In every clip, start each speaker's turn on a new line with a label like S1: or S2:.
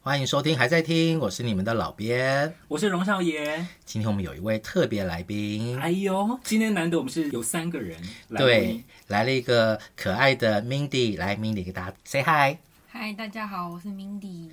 S1: 欢迎收听，还在听，我是你们的老编。
S2: 我是荣少爷。
S1: 今天我们有一位特别来宾，
S2: 哎呦，今天难得我们是有三个人来录
S1: 对
S2: 音，，
S1: 来了一个可爱的 Mindy，来 Mindy 给大家 say hi。
S3: 嗨，大家好，我是 Mindy。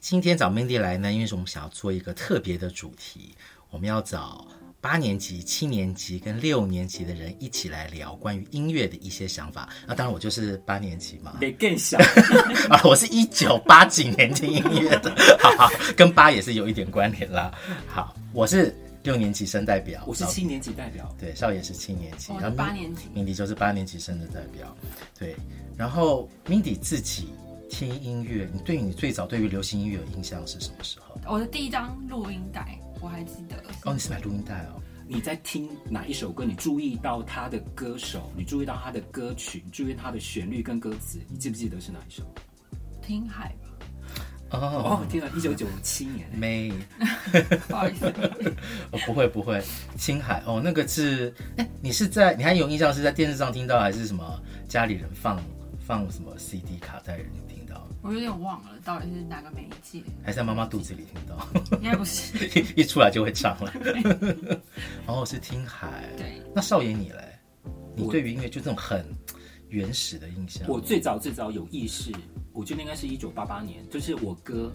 S1: 今天找 Mindy 来呢，因为我们想要做一个特别的主题，我们要找八年级、七年级跟六年级的人一起来聊关于音乐的一些想法。那当然，我就是八年级嘛，
S2: 得更小，
S1: 啊，我是一九八几年听音乐 的，好好，跟八也是有一点关联啦。好，我是六年级生代表，
S2: 我是七年级代表，
S1: 对，少爷是七年级，
S3: 我哦是
S1: 然后
S3: 八
S1: 明
S3: 年级
S1: 明迪就是八年级生的代表，对。然后 Mindy 自己听音乐，你对你最早对于流行音乐有印象是什么时候？
S3: 我的第一张录音带我还记得，
S1: 哦，你是买录音带哦，
S2: 你在听哪一首歌？你注意到他的歌手，你注意到他的歌曲，你注意到他的旋律跟歌词，你记不记得是哪一首？
S3: 听海吧，
S1: 哦，
S2: 哦，天啊，一九九七 年，
S1: 没，
S3: 不好意思，
S1: 哦，不会不会，青海哦，那个是，哎，你是在你还有印象是在电视上听到，还是什么家里人放放什么 CD 卡带人你听到，
S3: 我有点忘了到底是哪个媒介，
S1: 还是在妈妈肚子里听到，
S3: 应该不是。
S1: 一一出来就会唱了。 哦，是听海，
S3: 对，
S1: 那少爷你嘞？你
S2: 我
S1: 对于音乐就这种很原始的印象？
S2: 我最早最早有意识，我觉得应该是一九八八年，就是我哥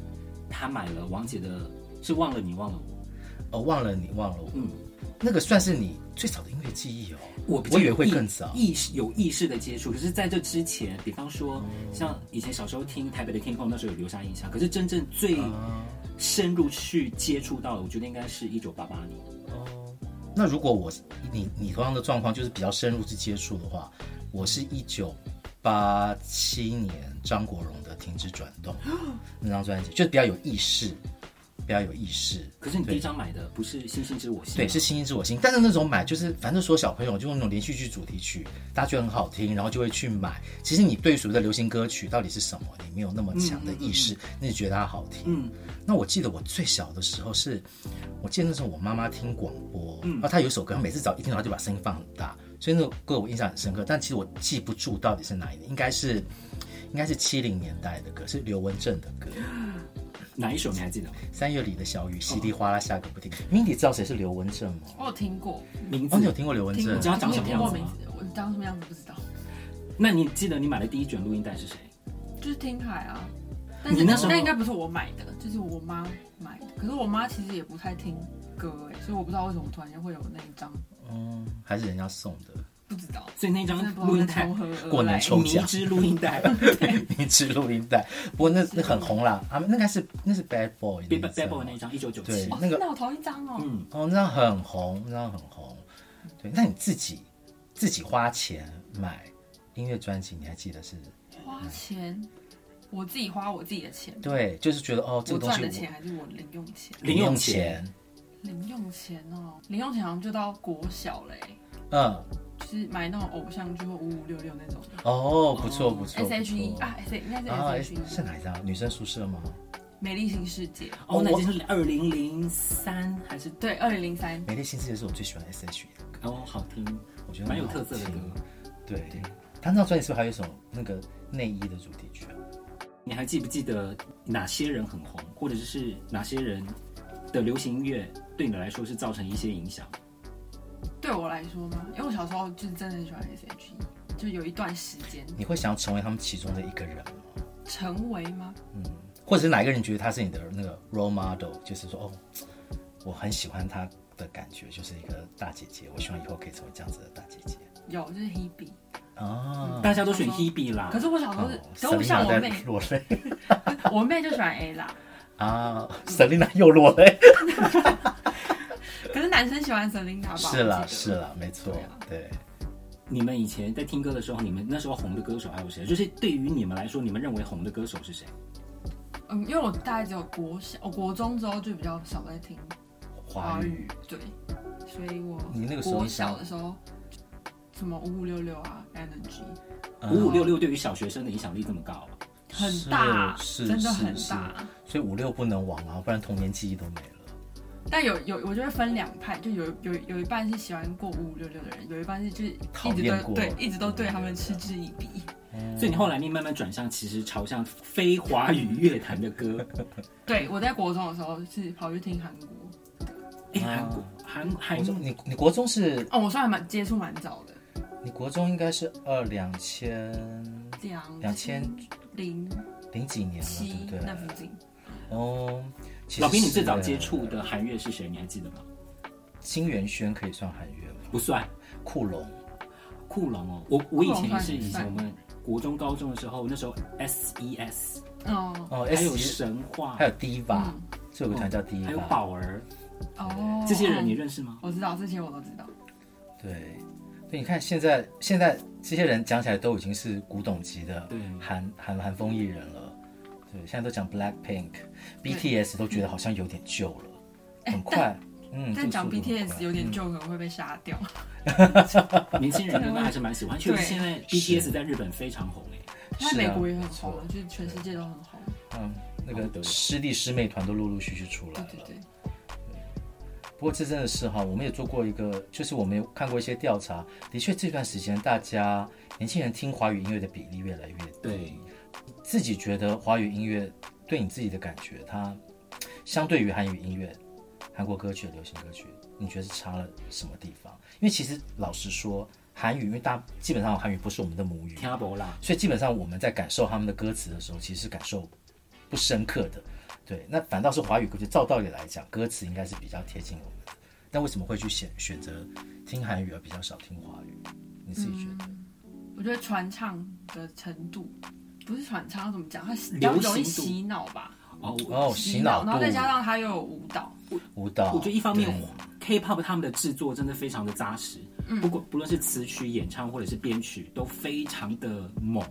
S2: 他买了王杰的，是忘了你忘了我，
S1: 哦，忘了你忘了我，
S2: 嗯，
S1: 那个算是你最早的音乐记忆哦。
S2: 我比较
S1: 我以为
S2: 有
S1: 会
S2: 意
S1: 更早
S2: 意识有意识的接触，可是在这之前，比方
S1: 哦
S2: 说像以前小时候听台北的天空，那时候有留下印象，可是真正最
S1: 啊
S2: 深入去接触到的，我觉得应该是一九八八年。
S1: 哦，那如果我你你同样的状况就是比较深入去接触的话，我是一九八七年张国荣的《停止转 动》那张专辑，就比较有意识，比较有意识。
S2: 可是你
S1: 对
S2: 第一张买的不是《星星知我心》吗
S1: 对，是《星星知我心》，但是那种买就是，反正所有小朋友就那种连续剧主题曲，大家觉得很好听，然后就会去买。其实你对所谓的流行歌曲到底是什么，你没有那么强的意识，你只觉得它好听。
S2: 嗯，
S1: 那我记得我最小的时候是，我记得那时候我妈妈听广播，然后她有一首歌，她每次早一听到就把声音放很大，所以那首歌我印象很深刻。但其实我记不住到底是哪一年，应该是应该是七零年代的歌，是刘文正的歌，
S2: 哪一首你还记得吗？
S1: 《三月里的小雨》稀里哗啦下个不停。m i 你知道谁是刘文正吗？
S3: 我有听过，
S2: 名
S1: 哦，你有
S2: 字？
S1: 听过刘文
S3: 听过，
S1: 正
S2: 你知？道长什么样子吗
S3: 听过名字？我长什么样子不知道，
S2: 那你记得你买的第一卷录音带是谁？
S3: 就是听海啊。但是
S2: 你那时候
S3: 应该不是我买的，就是我妈买的。可是我妈其实也不太听歌哎，所以我不知道为什么突然间会有那一张，
S1: 嗯，还是人家送的
S3: 不知道，
S2: 所以那张
S3: 真的不
S2: 录
S3: 知
S2: 音
S3: 道
S2: 带
S3: 从，何而来。
S1: 过年抽
S2: 迷
S1: 奖
S2: 之录 音带
S1: 一支录音带，不过那那很红啦，啊，那该是那是 Bad Boy 那
S2: ，Big
S1: 一
S2: b
S1: 张
S2: a b b l e 那一张，一九九
S1: 对
S2: 七。
S3: 哦，
S1: 那个
S3: 真的我同一张哦。
S2: 嗯，
S1: 哦，那很红，那很红。对，那你自己自己花钱买音乐专辑，你还记得是？
S3: 花钱，我自己花我自己的钱，
S1: 对，就是觉得哦，这
S3: 我
S1: 个东
S3: 赚
S1: 西
S3: 的钱还是我零用钱？
S1: 我零用钱，
S3: 零用钱哦，零用钱好像就到国小嘞、
S1: 嗯，
S3: 就是买那种偶像剧或五五六六那种
S1: 哦，不错不错
S3: S
S1: 不
S3: H E
S1: 错。
S3: 啊，S 应该是
S1: 啊
S3: S H E，、
S1: 是哪一张？女生宿舍吗？
S3: 美丽新世界，
S2: 哦，那
S1: 我
S2: 已经是二零零三还是
S3: 对，二零零三，
S1: 美丽新世界是我最喜欢的 S.H.E，
S2: 哦，好听，
S1: 我觉得
S2: 蛮有
S1: 很
S2: 特
S1: 好
S2: 色的歌
S1: 听。。对，他那张专辑是不是还有一首那个内衣的主题曲啊？
S2: 你还记不记得哪些人很红，或者是哪些人的流行音乐对你来说是造成一些影响？
S3: 对我来说嘛，因为我小时候就是真的很喜欢 S H E，就有一段时间
S1: 你会想要成为他们其中的一个人吗？
S3: 成为吗？
S1: 或者是哪一个人觉得他是你的那个 role model，就是说哦，我很喜欢他的感觉，就是一个大姐姐，我希望以后可以成为这样子的大姐姐
S3: 有，就是 Hebe，
S1: 啊。
S2: 大家都选 Hebe 啦
S3: 可。是我小时候是，可是我
S1: 哦 Selina
S3: 像我
S1: 在
S3: 妹，
S1: 落泪
S3: 我妹就喜欢 A 啦，
S1: 啊，Selina 又落 泪，
S3: 可是男生喜欢 Selina 吧？
S1: 是啦
S3: 我记得
S1: 是啦，没错
S3: 对啊，
S1: 对，
S2: 你们以前在听歌的时候，你们那时候红的歌手还有谁？就是对于你们来说，你们认为红的歌手是谁？
S3: 嗯，因为我大概只有国小、我国中之后就比较少在听
S1: 华语，
S3: 对，所以我
S1: 你那个时候
S3: 国
S1: 是想
S3: 小的时候，什么五五六六啊，Energy
S2: 五五
S1: 嗯
S2: 六六对于小学生的影响力这么高啊、
S3: 很大，
S1: 是是
S3: 真的很
S1: 是
S3: 大。
S1: 所以五六不能忘啊，不然童年记忆都没了。
S3: 但有有，我就会分两派，就有有有一半是喜欢过五五六六的人，有一半是就是
S1: 讨
S3: 一直
S1: 厌
S3: 都
S1: 过
S3: 对一直都对他们嗤之以鼻。
S2: 所以你后来你慢慢转向，其实朝向非华语乐坛的歌。
S3: 对我在国中的时候是跑去听韩国
S2: 哎，韩国韩韩
S3: 哎
S1: 我说你你国中是，
S3: 哦，我算还蛮接触蛮早的，
S1: 你国中应该是二两千
S3: 两
S1: 两千
S3: 零
S1: 零几年了，对
S3: 七
S1: 不对？
S3: 那附近。
S1: 哦，其实
S2: 老兵，你最早
S1: 是
S2: 接触的韩乐是谁？你还记得吗？
S1: 金元轩可以算韩乐吗？
S2: 不算，
S1: 库龙
S2: 酷龙哦。我我以前也
S3: 酷龙
S2: 是，
S3: 算
S2: 以前
S3: 算
S2: 我们国中、高中的时候，那时候 S.E.S，
S3: 哦
S1: 哦
S2: 哎还有
S1: ，S
S2: 神话
S1: E 还，有 Diva，
S3: 嗯
S1: 就有个团叫
S2: 还有
S1: Diva，
S2: 宝儿，
S3: 哦，
S2: 这些人你
S3: 嗯
S2: 认识吗？
S3: 我知道，这些我都知道。
S1: 对。对，你看现在现在这些人讲起来都已经是古董级的
S2: 对
S1: 韩韩韩风艺人了，对，现在都讲 Black Pink、BTS 都觉得好像有点旧了，很快，嗯，
S3: 哎但讲
S1: 这个速度很快
S3: BTS 有点旧，可能会被杀掉。
S2: 年轻人应该还是蛮喜欢，确实
S3: 对
S2: 现在 BTS 在日本非常红哎。
S3: 在
S1: 是
S3: 美
S1: 啊
S3: 国也很
S1: 没错
S3: 红，就是全世界都很红。
S1: 嗯，那
S2: 好的
S1: 个师弟师妹团都陆陆续续出来
S3: 对
S1: 了。
S3: 对对，
S1: 不过这真的是哈，我们也做过一个，就是我们有看过一些调查，的确这段时间大家年轻人听华语音乐的比例越来越低。
S2: 对，
S1: 自己觉得华语音乐对你自己的感觉，它相对于韩语音乐、韩国歌曲、流行歌曲，你觉得是差了什么地方？因为其实老实说，韩语因为大基本上韩语不是我们的母语，
S2: 天阿伯啦，
S1: 所以基本上我们在感受他们的歌词的时候，其实是感受不深刻的。对，那反倒是华语歌曲，照道理来讲，歌词应该是比较贴近我们的，但为什么会去选选择听韩语而比较少听华语？你自己觉得？
S3: 嗯我觉得传唱的程度不是传唱，要怎么讲？它比较
S2: 流行度
S3: 容易洗脑吧，
S2: 哦，我
S1: 哦，洗脑
S3: 然后再加
S1: 度、
S3: 上它又有舞蹈，
S1: 舞蹈，
S2: 我觉得一方面
S1: 对
S2: K-pop 他们的制作真的非常的扎实，
S3: 嗯
S2: 不管不论是词曲、演唱或者是编曲，都非常的猛，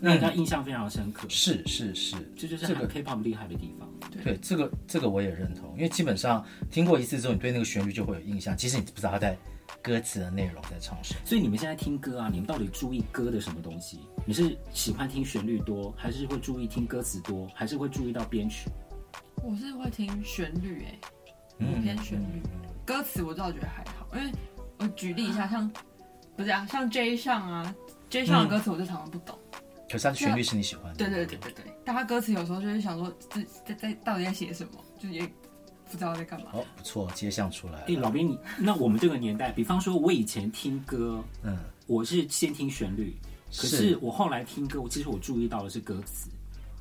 S2: 让人家印象非常深刻。
S1: 嗯是是是，
S2: 这就是
S1: 这
S2: 韩
S1: 个
S2: K-pop 厉害的地方。
S1: 对这个这个我也认同，因为基本上听过一次之后，你对那个旋律就会有印象，即使你不知道它在歌词的内容在唱什么。
S2: 所以你们现在听歌啊，你们到底注意歌的什么东西？你是喜欢听旋律多，还是会注意听歌词多，还是会注意到编曲？
S3: 我是会听旋律诶、
S1: 嗯
S3: 我偏旋律，歌词我倒觉得还好，因为我举例一
S1: 啊
S3: 下，像不是啊，像 J 上啊，J
S1: 嗯
S3: 上的歌词我就常常不懂。
S1: 可是它的旋律是你喜欢的，
S3: 对对对对对，但他歌词有时候就会想说，这在在到底在写什么，就也不知道在干嘛。
S1: 哦，不错，街巷出来
S2: 哎、
S1: 了，
S2: 老兵，你那我们这个年代，比方说，我以前听歌，
S1: 嗯，
S2: 我是先听旋律，可
S1: 是
S2: 是我后来听歌，我其实我注意到的是歌词，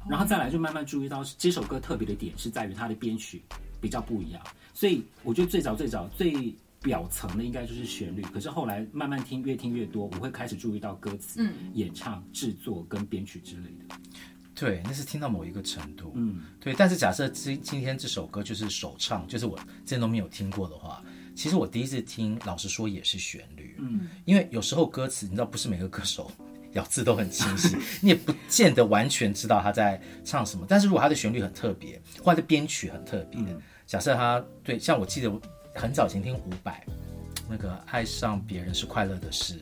S3: 哦
S2: 然后再来就慢慢注意到是这首歌特别的点是在于它的编曲比较不一样，所以我觉得最早最早最表层的应该就是旋律，可是后来慢慢听越听越多，我会开始注意到歌词、
S3: 嗯
S2: 演唱、制作跟编曲之类的。
S1: 对，那是听到某一个程度，
S2: 嗯，
S1: 对。但是假设今今天这首歌就是首唱，就是我之前都没有听过的话，其实我第一次听，老实说也是旋律，嗯，因为有时候歌词你知道，不是每个歌手咬字都很清晰， 你也不见得完全知道他在唱什么。但是如果他的旋律很特别，或者他的编曲很特别，假设他对，像我记得我很早以前听伍佰那个《爱上别人是快乐的事》。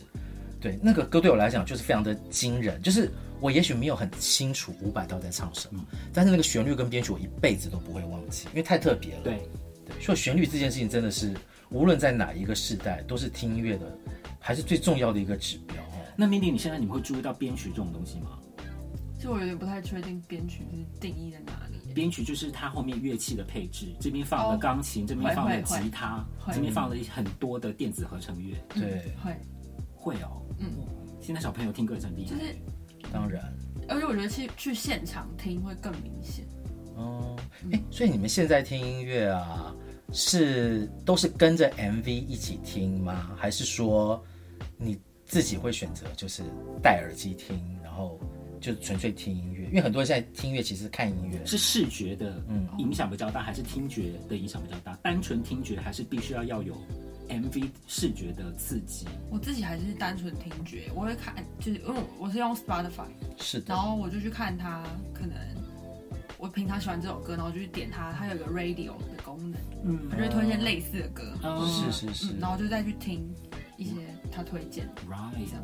S1: 对，那个歌对我来讲就是非常的惊人，就是我也许没有很清楚伍佰到底在唱什么，但是那个旋律跟编曲我一辈子都不会忘记，因为太特别了。
S2: 对，
S1: 对，所以旋律这件事情真的是，无论在哪一个时代，都是听音乐的，还是最重要的一个指标哦。
S2: 那 Mindy，你现在你们会注意到编曲这种东西吗？
S3: 就我有点不太确定编曲是定义在哪里耶。
S2: 编曲就是它后面乐器的配置，这边放了
S3: 哦
S2: 钢琴，这边
S3: 会
S2: 放了
S3: 会会
S2: 吉他，
S3: 会
S2: 这边放了很多的电子合成乐。
S3: 嗯
S1: 对，
S3: 会，
S2: 会哦，
S3: 嗯
S2: 哇，现在小朋友听歌也是很厉害，
S3: 就是
S1: 当然，
S3: 而且我觉得去去现场听会更明显。
S1: 哦，哎，所以你们现在听音乐啊，是都是跟着 MV 一起听吗？还是说你自己会选择就是戴耳机听，然后就纯粹听音乐？因为很多人现在听音乐其实是看音乐，
S2: 是视觉的影响比较大，还是听觉的影响比较大？单纯听觉还是必须要要有 MV 视觉的刺激？
S3: 我自己还是单纯听觉，我会看，就是因为我我是用 Spotify，
S1: 是
S3: 然
S1: 的，
S3: 后我就去看它，可能我平常喜欢这首歌，然后就去点它，它有一个 radio 的功能，
S2: 嗯
S3: 它就会推荐类似的歌，
S2: 哦
S1: 是是是
S3: 嗯，然后就再去听一些它推荐的
S2: ，right，
S3: 这样。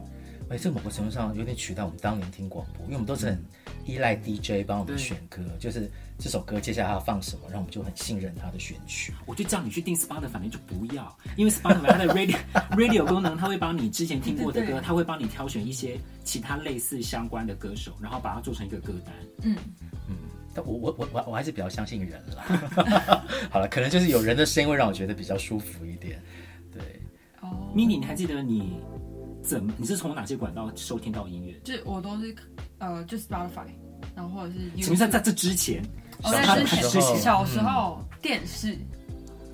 S1: 哎，这某个程度上有点取代我们当年听广播，因为我们都是很依赖 DJ 帮我们
S2: 对
S1: 选歌，就是这首歌接下来要放什么，然后我们就很信任他的选曲。
S2: 我就叫你去订 Spotify，你就不要，因为 Spotify 它的 radio radio 功能，它会帮你之前听过的
S3: 对对
S2: 歌，
S3: 对
S2: 它会帮你挑选一些其他类似相关的歌手，然后把它做成一个歌单。
S3: 嗯，
S1: 但我我我我我还是比较相信人啦。 好了，可能就是有人的声音会让我觉得比较舒服一点。对，
S3: 哦，
S2: Mini，你还记得你怎么？你是从哪些管道收听到音乐？
S3: 就是我都是呃，就 Spotify，然后或者是
S2: 请问在
S3: YouTube
S2: 在这之前，
S1: 小
S3: 哦，在
S1: 时
S3: 之
S1: 候
S3: 前
S1: 嗯
S3: 小时候电视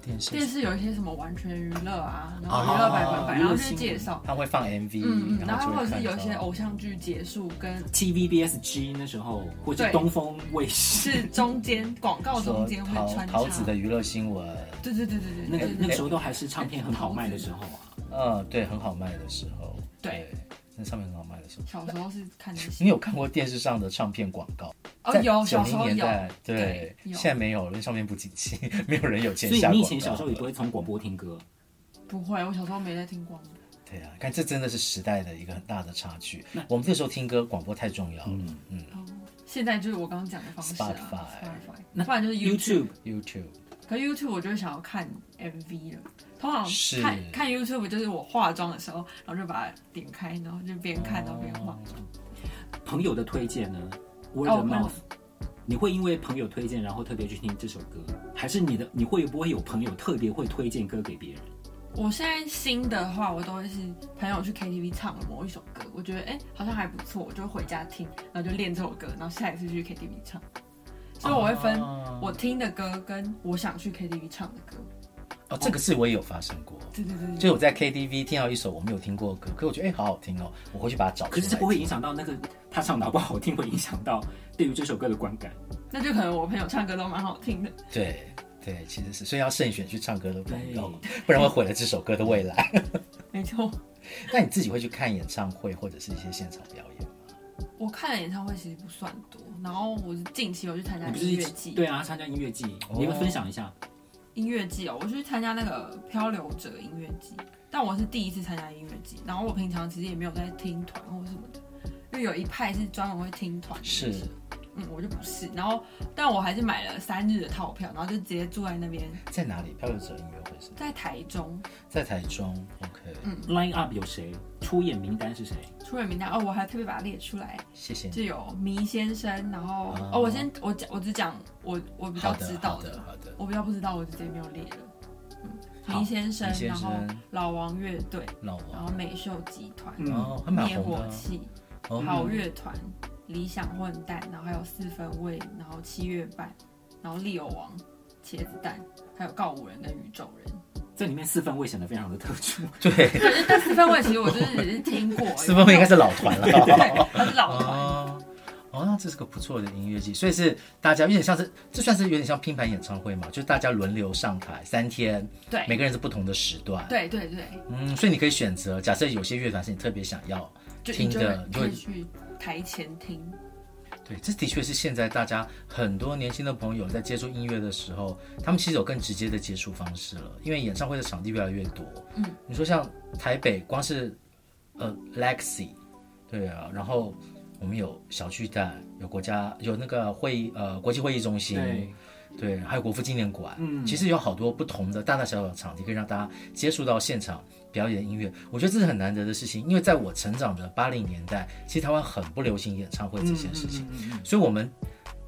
S1: 电视
S3: 电视有一些什么完全娱乐啊，然后
S1: 哦
S3: 娱乐百分百，
S2: 娱乐
S3: 然后就
S2: 新闻
S3: 是介绍，
S1: 他会放 MV，、
S3: 嗯，然
S1: 后
S3: 后
S1: 就
S3: 或
S1: 会
S3: 者
S1: 看
S3: 是有
S1: 到
S3: 一些偶像剧结束跟
S2: TVBSG 那时候，或者
S3: 对
S2: 东风卫视，
S3: 是中间广告中间会
S1: 桃
S3: 穿
S1: 桃子
S3: 插
S1: 的，娱乐新闻，
S3: 对对对对对，
S2: 那个
S3: 对对
S2: 那个时候都还是唱片很好卖的时候啊。
S1: 嗯，对，很好卖的时候，
S3: 对，
S1: 那上面很好卖的时候。
S3: 小时候是看这
S1: 你
S3: 些，
S1: 有看过电视上的唱片广告？
S3: 哦
S1: 在
S3: 有
S1: 九
S3: 小时
S1: 零
S3: 候
S1: 年
S3: 有
S1: 代，，对，
S3: 有
S1: 现在没有了，因为唱片不景气， 没有人有钱
S2: 所以
S1: 下广告。
S2: 你以前小时候也不会从广播听歌，
S3: 不会，我小时候没在听广播，
S1: 对啊，看这真的是时代的一个很大的差距。我们这时候听歌，广播太重要了。嗯
S3: 哦现在就是我刚刚讲的方式啊
S1: Spotify
S3: ，Spotify，不然就是
S2: YouTube
S1: ，YouTube
S3: 可 YouTube 我就会想要看 MV 了。通常
S1: 是
S3: 看看 YouTube 就是我化妆的时候，然后就把它点开，然后就边看然后
S2: 哦
S3: 边化。
S2: 朋友的推荐呢，Word
S3: 哦
S2: of mouth，、你会因为朋友推荐然后特别去听这首歌，还是你的你会不会有朋友特别会推荐歌给别人？
S3: 我现在新的话，我都会是朋友去 KTV 唱了某一首歌，我觉得哎、诶好像还不错，我就回家听，然后就练这首歌，然后下一次去 KTV 唱。所以我会分
S1: 哦
S3: 我听的歌跟我想去 KTV 唱的歌。
S1: 哦，这个事我也有发生过。
S3: 对对对
S1: 就我在 KTV 听到一首我没有听过的歌，可我觉得哎、好好听哦，我回去把它找出来
S2: 可
S1: 听。
S2: 是这不会影响到那个他唱的好不好听，会影响到对于这首歌的观感。
S3: 那就可能我朋友唱歌都蛮好听的。
S1: 对对，其实是，所以要慎选去唱歌的朋友
S2: 对，
S1: 不然会毁了这首歌的未来。
S3: 没错，
S1: 那你自己会去看演唱会或者是一些现场表演吗？
S3: 我看的演唱会其实不算多，然后我是近期有去参加
S2: 你不是
S3: 音
S2: 一
S3: 乐
S2: 起
S3: 季，
S2: 对啊，参加音乐季，
S1: 哦
S2: 你们分享一下。
S3: 音乐季哦，我去参加那个漂流者音乐季，但我是第一次参加音乐季，然后我平常其实也没有在听团或什么的，因为有一派是专门会听团，
S1: 是，
S3: 嗯，我就不是，然后但我还是买了三日的套票，然后就直接住在那边，嗯
S1: 在哪里？漂流者音乐会是
S3: 在台中
S1: 在台中，OK，
S2: Line up 有谁？出演名单是谁？
S3: 出人名单哦，我还特别把它列出来，
S1: 谢谢你。
S3: 就有迷先生，然后
S1: 哦
S3: 哦我先我讲我只讲我我比较
S1: 好的，
S3: 知
S1: 好
S3: 道
S1: 的，好的。
S3: 我比较不知道我就直接没有列了，嗯，
S2: 好
S3: 迷先生，
S1: 迷先
S3: 然后
S1: 生
S3: 老王乐队，
S1: 老
S3: 然
S1: 王
S3: 后，美秀集团。
S2: 嗯，
S1: 哦，还蛮
S3: 灭
S1: 红的
S3: 火
S1: 啊。
S3: 器、
S1: 哦
S3: 好乐团、理想混蛋，然后还有四分卫，然后七月半，然后利友王、茄子蛋，还有告五人跟宇宙人。
S2: 这里面四分位显得非常的特殊。
S1: 对，
S3: 可是但四分卫其实我就是只是听过，
S1: 四分卫应该是老团了。
S3: 对，他是老团。
S1: 哦，哦，那这是个不错的音乐季，所以是大家有点像是，这算是有点像拼盘演唱会嘛，就是大家轮流上台三天，每
S3: 对
S1: 个人是不同的时段。
S3: 对对对，
S1: 嗯，所以你可以选择，假设有些乐团是你特别想要
S3: 就
S1: 听
S3: 你就
S1: 的，
S3: 会
S1: 你就
S3: 可
S1: 会
S3: 以去台前听。
S1: 对，这的确是现在大家很多年轻的朋友在接触音乐的时候，他们其实有更直接的接触方式了，因为演唱会的场地越来越多。嗯，你说像台北，光是呃 Lexi，对啊，然后我们有小巨蛋，有国家有那个会议呃国际会议中心，
S2: 对，
S1: 对，还有国父纪念馆，嗯，其实有好多不同的大大小小的场地可以让大家接触到现场表演音乐，我觉得这是很难得的事情。因为在我成长的八零年代，其实台湾很不流行演唱会这件事
S2: 嗯
S1: 情，所以我们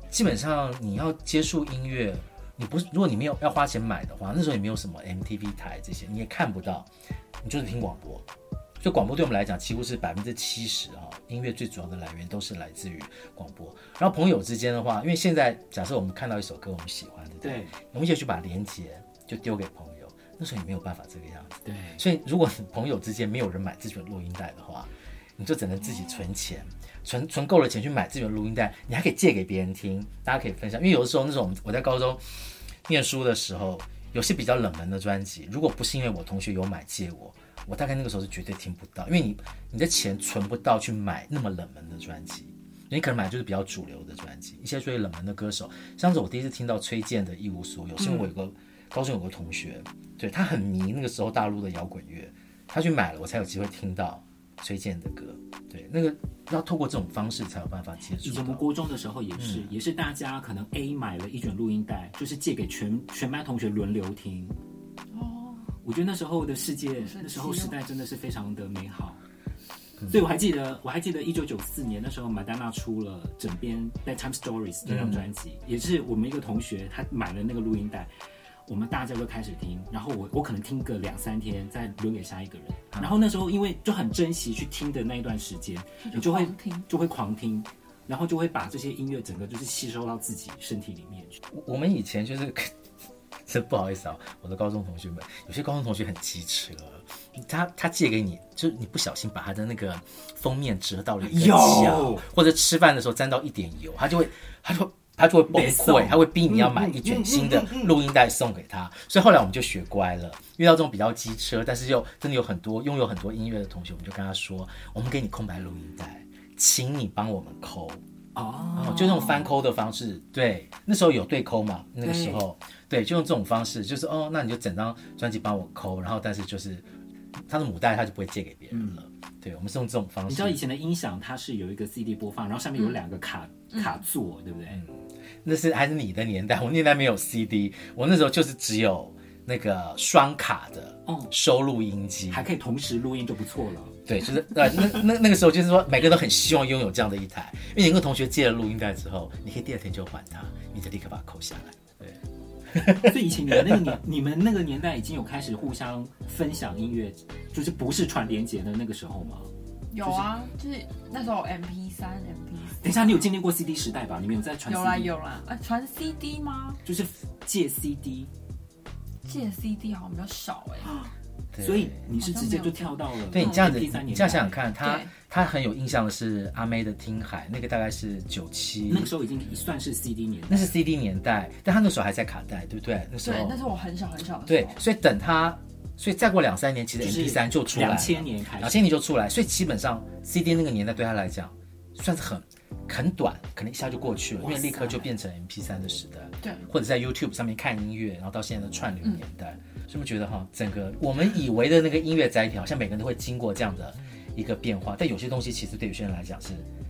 S1: 基本上你要接触音乐，你不是如果你没有要花钱买的话，那时候也没有什么 MTV 台这些，你也看不到，你就是听广播。所以广播对我们来讲，几乎是百分之七十哈，音乐最主要的来源都是来自于广播。然后朋友之间的话，因为现在假设我们看到一首歌我们喜欢的，
S2: 对
S1: 我们也许把连接就丢给朋友，那时候也没有办法这个样子。
S2: 对，
S1: 所以如果你朋友之间没有人买自己的录音带的话，你就只能自己存钱，存存够了钱去买自己的录音带，你还可以借给别人听，大家可以分享。因为有的时候那种我在高中念书的时候，有些比较冷门的专辑，如果不是因为我同学有买借我。我大概那个时候是绝对听不到，因为你你的钱存不到去买那么冷门的专辑，你可能买的就是比较主流的专辑，一些最冷门的歌手。上次我第一次听到崔健的《一无所有》，是因为我有个高中有个同学，对他很迷那个时候大陆的摇滚乐，他去买了，我才有机会听到。推荐的歌。对，那个要透过这种方式才有办法接
S2: 以
S1: 触
S2: 前我们
S1: 到。
S2: 国中的时候也是，也是大家可能 A 买了一卷录音带，就是借给全全班同学轮流听。
S3: 哦，
S2: 我觉得那时候的世界，
S3: 神奇哦
S2: 那时候时代真的是非常的美好。所以我还记得，我还记得一九九四年那时候，麦丹娜出了整编《Bedtime Stories》这张专辑，也是我们一个同学他买了那个录音带，我们大家都开始听，然后我我可能听个两三天，再轮给下一个人。然后那时候因为就很珍惜去听的那一段时间，你就会
S3: 狂听
S2: 就会狂听，然后就会把这些音乐整个就是吸收到自己身体里面去。
S1: 我我们以前就是， 这不好意思啊，我的高中同学们，有些高中同学很机车，他他借给你，就是你不小心把他的那个封面折到了一个角
S2: 有，
S1: 或者吃饭的时候沾到一点油，他就会他就会他就会崩
S2: 没
S1: 溃，
S2: 送嗯
S1: 他会逼你要买一卷新的录音带送给他。所以后来我们就学乖了，遇到这种比较机车，但是又真的有很多拥有很多音乐的同学，我们就跟他说，我们给你空白录音带，请你帮我们抠。
S2: 哦
S1: 哦，就那种翻抠的方式，对，那时候有对抠嘛，那个时候，对，就用这种方式，就是哦，那你就整张专辑帮我抠，然后但是就是他的母带他就不会借给别人了，对，我们是用这种方
S2: 嗯你
S1: 式
S2: 知道以，前的音响它是有一个 CD 播放，然后上面有两个卡、卡座，对不对？
S1: 那是还是你的年代，我年代没有 CD，我那时候就是只有那个双卡的
S2: 哦
S1: 收录音机，
S2: 还可以同时录音就不错了。
S1: 对，就是呃，那那那个时候就是说，每个人都很希望拥有这样的一台，因为你跟同学借了录音带之后，你可以第二天就还他，你就立刻把它抠下来。
S2: 所以以前你们那个年，你们那个年代已经有开始互相分享音乐，就是不是传连接的那个时候吗？
S3: 有啊，就是那时候 MP 三、MP 四。
S2: 等一下，你有经历过 CD 时代吧？你们有在传 CD？
S3: 有啦，有啦，哎，传 CD 吗？
S2: 就是借 CD，
S3: 借 CD 好像比较少哎。
S1: 对
S2: 所以你是直接就跳到了
S1: 对你这样子，
S2: 哦第三
S1: 你
S2: 年，
S1: 这样想想，看，他
S3: 对
S1: 他很有印象的是阿妹的《听海》，那个大概是九七
S2: 那，个时候已经算是 CD 年代
S1: 那是 CD 年代，但他那时候还在卡带，对不对？那时
S3: 对，
S1: 候
S3: 那是我很小很小的时
S1: 对
S3: 候，。
S1: 所以等他，所以再过两三年，其实
S2: 就是
S1: MP 三就出来了，
S2: 两千年开
S1: 两
S2: 始。
S1: 千年就出来，所以基本上 CD 那个年代对他来讲算是很很短，可能一下就过去了，因
S2: 哇
S1: 为
S2: 塞
S1: 立刻就变成 MP 三的时代，
S3: 对
S1: 或者在 YouTube 上面看音乐，然后到现在的串流
S2: 嗯
S1: 年代，所以我觉得哈，整个我们以为的那个音乐载体，好像每个人都会经过这样的一个变化，但有些东西其实对有些人来讲是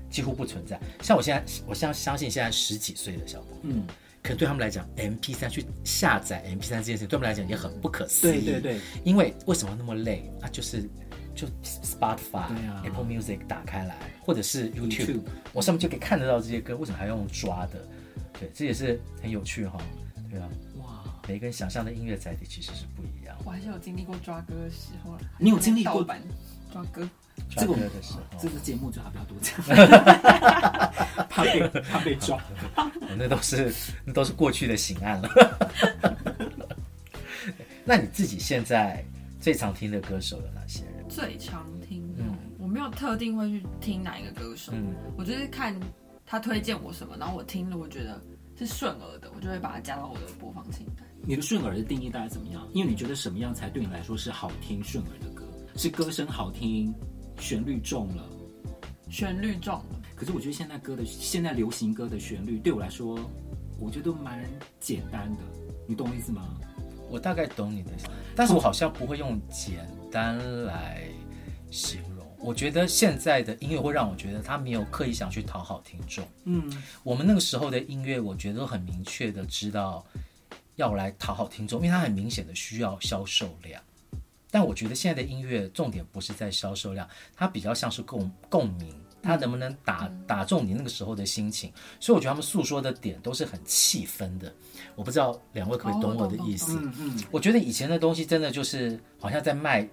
S1: 几乎不存在。像我现在，我相相信现在十几岁的小朋友。
S2: 嗯，
S1: 可能对他们来讲，MP 3去下载 MP 3这件事情，对他们来讲也很不可思
S2: 对
S1: 议。
S2: 对对，
S1: 因为为什么那么累？啊，就是就 Spotify、
S2: 对啊
S1: Apple Music 打开来，或者是 YouTube，,
S2: YouTube
S1: 我上面就可以看得到这些歌，为什么还要用抓的？对，这也是很有趣哈、对啊，
S2: 哇，
S1: 每个人想象的音乐载体其实是不一样。
S3: 我还是有经历过抓歌的时候啦。
S2: 你有经历过
S3: 盗版抓歌？
S1: 抓
S2: 这
S1: 歌
S2: 个
S1: 的时候，
S2: 这个节目最好不要多讲， 怕被怕被抓。
S1: 我那都是那都是过去的刑案了。 那你自己现在最常听的歌手有哪些人？
S3: 最常听的，我没有特定会去听哪一个歌手，
S1: 嗯
S3: 我就是看他推荐我什么，然后我听了，我觉得是顺耳的，我就会把它加到我的播放清单。
S2: 你的顺耳的定义大概怎么样？因为你觉得什么样才对你来说是好听顺耳的歌？是歌声好听，旋律重了。
S3: 旋律重了，
S2: 可是我觉得现在歌的现在流行歌的旋律对我来说，我觉得都蛮简单的，你懂我意思吗？
S1: 我大概懂你的意思，但是我好像不会用简单来形容。我觉得现在的音乐会让我觉得他没有刻意想去讨好听众。
S2: 嗯，
S1: 我们那个时候的音乐，我觉得很明确的知道要来讨好听众，因为它很明显的需要销售量。但我觉得现在的音乐重点不是在销售量，它比较像是共共鸣，它能不能打
S3: 嗯
S1: 打中你那个时候的心情。所以我觉得他们诉说的点都是很气氛的。我不知道两位可不可以
S3: 哦
S1: 懂我
S3: 懂
S1: 的
S3: 懂
S1: 意思？
S2: 嗯嗯，
S1: 我觉得以前的东西真的就是好像在卖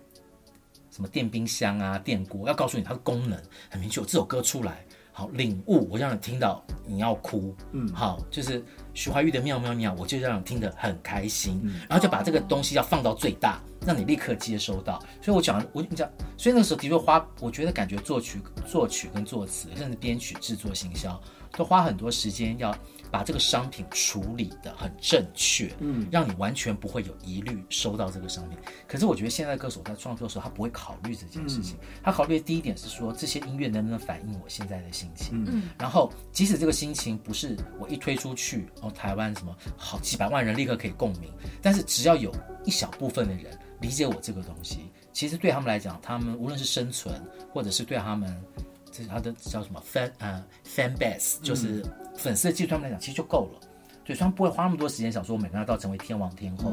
S1: 什么电冰箱啊、电锅，要告诉你它的功能很明确。这首歌出来，好领悟，我让你听到你要哭，嗯，好，就是徐怀钰的《喵喵喵》，我就让你听得很开心，然后就把这个东西要放到最大，让你立刻接收到。所以我讲，我讲，所以那时候的确花，我觉得感觉作曲、作曲跟作词，甚至编曲、制作、行销，都花很多时间要把这个商品处理的很正确，嗯，让你完全不会有疑虑收到这个商品。可是我觉得现在歌手在创作的时候，他不会考虑这件事情，他考虑的第一点是说这些音乐能不能反映我现在的心情，嗯，然后即使这个心情不是我一推出去，哦，台湾什么好几百万人立刻可以共鸣，但是只要有一小部分的人理解我这个东西，其实对他们来讲，他们无论是生存，或者是对他们这他的叫什么 fan 呃 fan base，就是粉丝的基础，对他们来讲其实就够了。对，所以他们不会花那么多时间想说我每个人要到成为天王天后，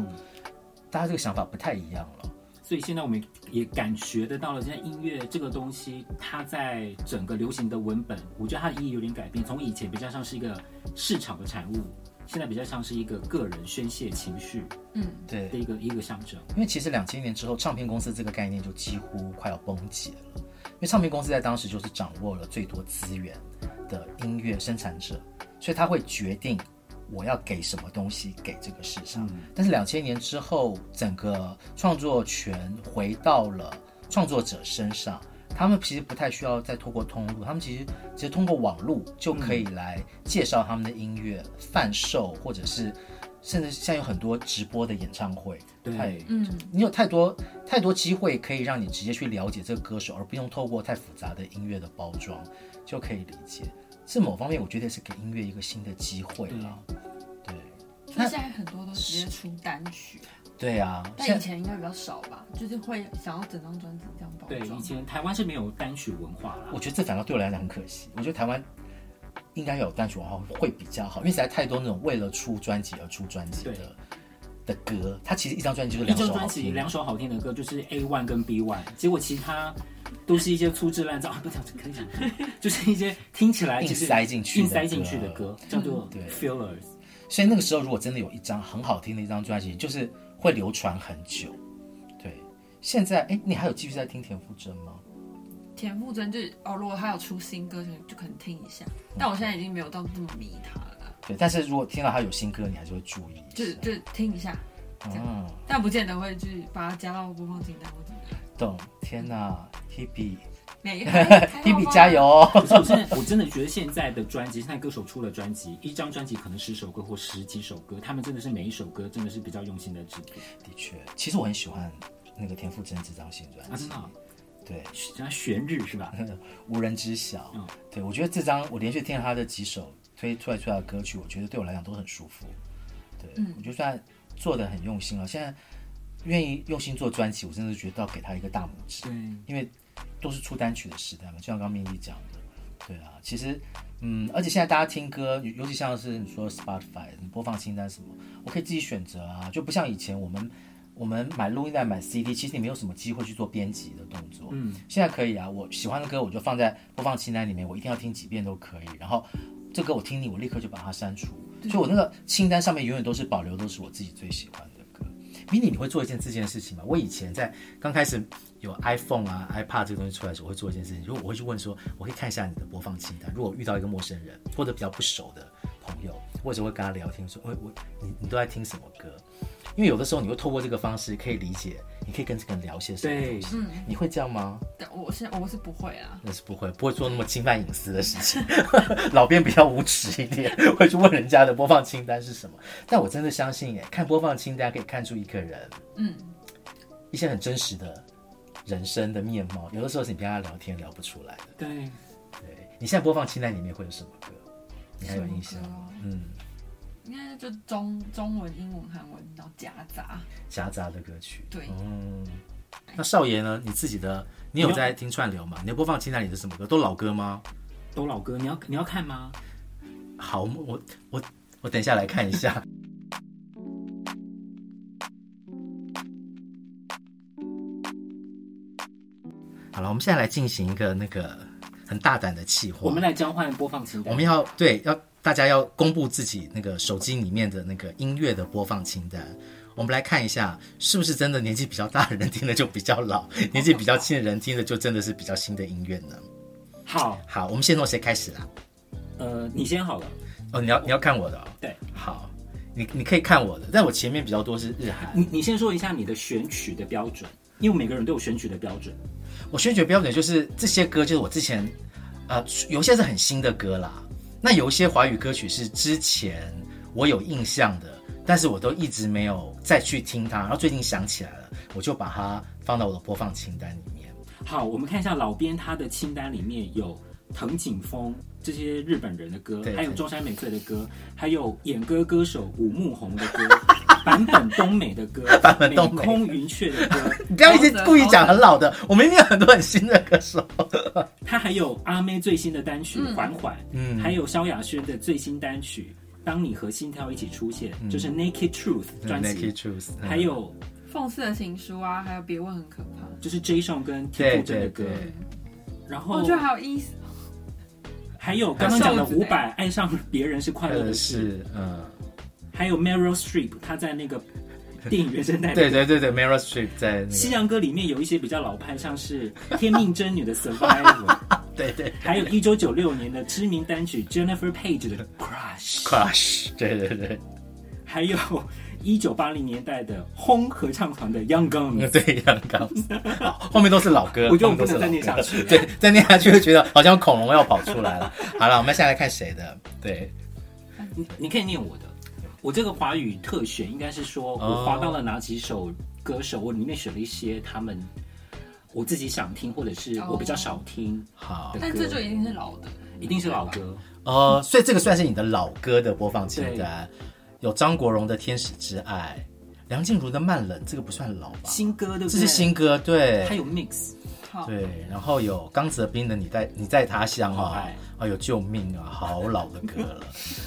S1: 大家这个想法不太一样了。
S2: 所以现在我们也感觉得到了，现在音乐这个东西，它在整个流行的文本，我觉得它的意义有点改变。从以前比较像是一个市场的产物，现在比较像是一个个人宣泄情绪
S3: 嗯，
S1: 对
S2: 的，一个一个象征。
S1: 因为其实两千年之后，唱片公司这个概念就几乎快要崩解了，因为唱片公司在当时就是掌握了最多资源的音乐生产者，所以他会决定我要给什么东西给这个市场。但是两千年之后，整个创作权回到了创作者身上。他们其实不太需要再透过通路，他们其实其实通过网路就可以来介绍他们的音乐、贩售，或者是甚至现在有很多直播的演唱会，
S2: 对
S1: 太
S3: 嗯，
S1: 你有太多太多机会可以让你直接去了解这个歌手，而不用透过太复杂的音乐的包装就可以理解。是某方面，我觉得也是给音乐一个新的机会
S2: 啊
S1: 了。对，
S3: 所以现在很多都直接出单曲，
S1: 对啊，
S3: 但
S1: 现
S3: 以
S1: 在
S3: 前应该比较少吧，就是会想要整张专辑这样包
S2: 对，以
S3: 装。
S2: 前台湾是没有单曲文化啦
S1: 我。觉得这反倒对我来讲很可惜。我觉得台湾应该有单曲文化会比较好，因为实在太多那种为了出专辑而出专辑的的歌，它其实一张专辑就是
S2: 一
S1: 两
S2: 张
S1: 首
S2: 专
S1: 好
S2: 辑
S1: 听。
S2: 两首好听的歌就是 A one 跟 B one，结果其他都是一些粗制滥造啊，不讲这可以讲， 就是一些听起来就是
S1: 硬塞进去的嗯
S2: 硬塞进去的歌，叫做
S1: 对
S2: fillers。
S1: 所以那个时候，如果真的有一张很好听的一张专辑，就是会流传很久。对，现在哎，你还有继续在听田馥甄吗？
S3: 田馥甄就是哦，如果他有出新歌，就就可能听一下。但我现在已经没有到那么迷他了，
S1: 对，但是如果听到他有新歌，你还是会注意一下。
S3: 就就听一下，
S1: 嗯，
S3: 但不见得会去把它加到播放清单或怎么 样。
S1: 懂。天哪，Hebe，Hebe
S3: 没有还还好吧
S1: 加油！哦！
S2: 可是我现在我真的觉得现在的专辑，现在歌手出了专辑，一张专辑可能十首歌或十几首歌，他们真的是每一首歌真的是比较用心的制作
S1: 的确，其实我很喜欢那个田馥甄这张新专
S2: 啊，真
S1: 辑
S2: 的，哦，
S1: 对，
S2: 人家旋律是吧？
S1: 无人知晓。
S2: 嗯
S1: 对，我觉得这张我连续听了他的几首推出来出来的歌曲，我觉得对我来讲都很舒服。对，我就算做的很用心了，现在愿意用心做专辑，我真的觉得要给他一个大拇指。
S2: 对，
S1: 因为都是出单曲的时代嘛，就像刚刚 Mindy 讲的，对啊，其实，嗯，而且现在大家听歌，尤尤其像是你说 Spotify 你播放清单什么，我可以自己选择啊，就不像以前我们我们买录音带、买 CD，其实你没有什么机会去做编辑的动作。嗯，现在可以啊，我喜欢的歌我就放在播放清单里面，我一定要听几遍都可以。然后这歌我听腻，我立刻就把它删除，所以我那个清单上面永远都是保留都是我自己最喜欢的歌。mini 你会做一件这件事情吗？我以前在刚开始有 iPhone 啊、iPad 这个东西出来的时候，我会做一件事情，就是我会去问说，我可以看一下你的播放清单。如果遇到一个陌生人或者比较不熟的朋友，或者会跟他聊天说，我我你你都在听什么歌？因为有的时候你会透过这个方式可以理解，你可以跟这个人聊些什么东西。你会这样吗？
S3: 但我现在我是不会啊，
S1: 那是不会，不会做那么侵犯隐私的事情。 老编比较无耻一点，会去问人家的播放清单是什么。但我真的相信，哎，看播放清单可以看出一个人，
S3: 嗯，
S1: 一些很真实的人生的面貌。有的时候是你跟他聊天聊不出来的。
S2: 对，
S1: 对你现在播放清单里面会有什么歌？你还有
S3: 什么
S1: 印象
S3: 歌
S1: 吗？
S3: 啊
S1: 嗯，
S3: 应该就中中文、英文、韩文然后夹杂。
S1: 夹杂的歌曲。
S3: 对
S1: 嗯。那少爷呢？你自己的，你有在听串流吗？你的播放清单里的什么歌？都老歌吗？
S2: 都老歌，你要你要看吗？
S1: 好，我我我等一下来看一 下。好了，我们现在来进行一个那个很大胆的企划，
S2: 我们来交换播放清单。
S1: 我们要对要大家要公布自己那个手机里面的那个音乐的播放清单。我们来看一下，是不是真的年纪比较大的人听的就比较老，年纪比较轻的人听的就真的是比较新的音乐呢？
S2: 好，
S1: 好，我们先从谁开始啦？
S2: 呃，你先好了。
S1: 哦，你要你要看我的、哦，
S2: 对，
S1: 好，你你可以看我的，但我前面比较多是日韩。
S2: 你你先说一下你的选曲的标准，因为每个人都有选曲的标准。
S1: 我选取标准就是这些歌，就是我之前，呃，有些是很新的歌啦，那有一些华语歌曲是之前我有印象的，但是我都一直没有再去听它，然后最近想起来了，我就把它放到我的播放清单里面。
S2: 好，我们看一下老编他的清单里面有藤井风这些日本人的歌
S1: 对，
S2: 还有中山美穗的歌，还有演歌歌手武木宏的歌，版本东美的歌，
S1: 版本东美
S2: 美空云雀的歌，
S1: 你不要一直故意讲很老的，我们一定有很多很新的歌手。
S2: 它还有阿妹最新的单曲《缓缓》，
S1: 嗯
S2: 还有萧亚轩的最新单曲《当你和心跳一起出现》，
S1: 嗯
S2: 就是《Naked Truth》专
S1: Nike 嗯
S2: 辑，
S1: Choose，
S2: 还有
S3: 讽刺的情书啊，还有别问很可怕。
S2: 就是 Jason 跟
S1: 对
S2: 田馥甄
S1: 对
S2: 的歌
S1: 对，，
S2: 然
S3: 我
S1: 哦
S2: 后
S3: 觉得哦还有一
S2: 还有刚刚讲的
S3: 还有
S2: 伍佰《爱上别人是快乐的
S1: 呃
S2: 事》，
S1: 是嗯，
S2: 还有 Meryl Streep 她在 那个电影原声带里
S1: 对对对对，Meryl Streep 在那
S2: 西
S1: 个，
S2: 洋歌里面有一些比较老派，像是《天命真女》的 Survivor，
S1: 对对
S2: 还有一九九六年的知名单曲 Jennifer Page 的 Crush，
S1: ，Crush，对对对，
S2: 还有一九八零年代的轰合唱团的 Young
S1: 嗯
S2: Guns。
S1: 对，刚刚好哦后面都是老歌，
S2: 我觉得我
S1: 后面都
S2: 不
S1: 是
S2: 能再
S1: 老
S2: 念
S1: 歌
S2: 下去了
S1: 对，再念下去会觉得好像恐龙要跑出来了。好了，我们下来看谁的，对，
S2: 你你可以念我的，我这个华语特选应该是说
S1: 哦
S2: 我划到了哪几首歌手，我里面选了一些他们我自己想听或者是我
S3: 哦
S2: 比较少听，
S1: 好，
S3: 但这就一定是老的，
S2: 一定是老歌。
S1: 呃，所以这个算是你的老歌的播放清
S2: 对
S1: 单，有张国荣的《天使之爱》，梁静茹的《慢冷》，这个不算老吧？
S2: 新歌对不对？
S1: 这是新，歌，对，
S2: 还有 mix，
S3: 好，
S1: 对，然后有刚泽斌的《你在你在他乡》
S2: 好
S1: 啊
S2: 爱，
S1: 哎呦救命啊，好老的歌了，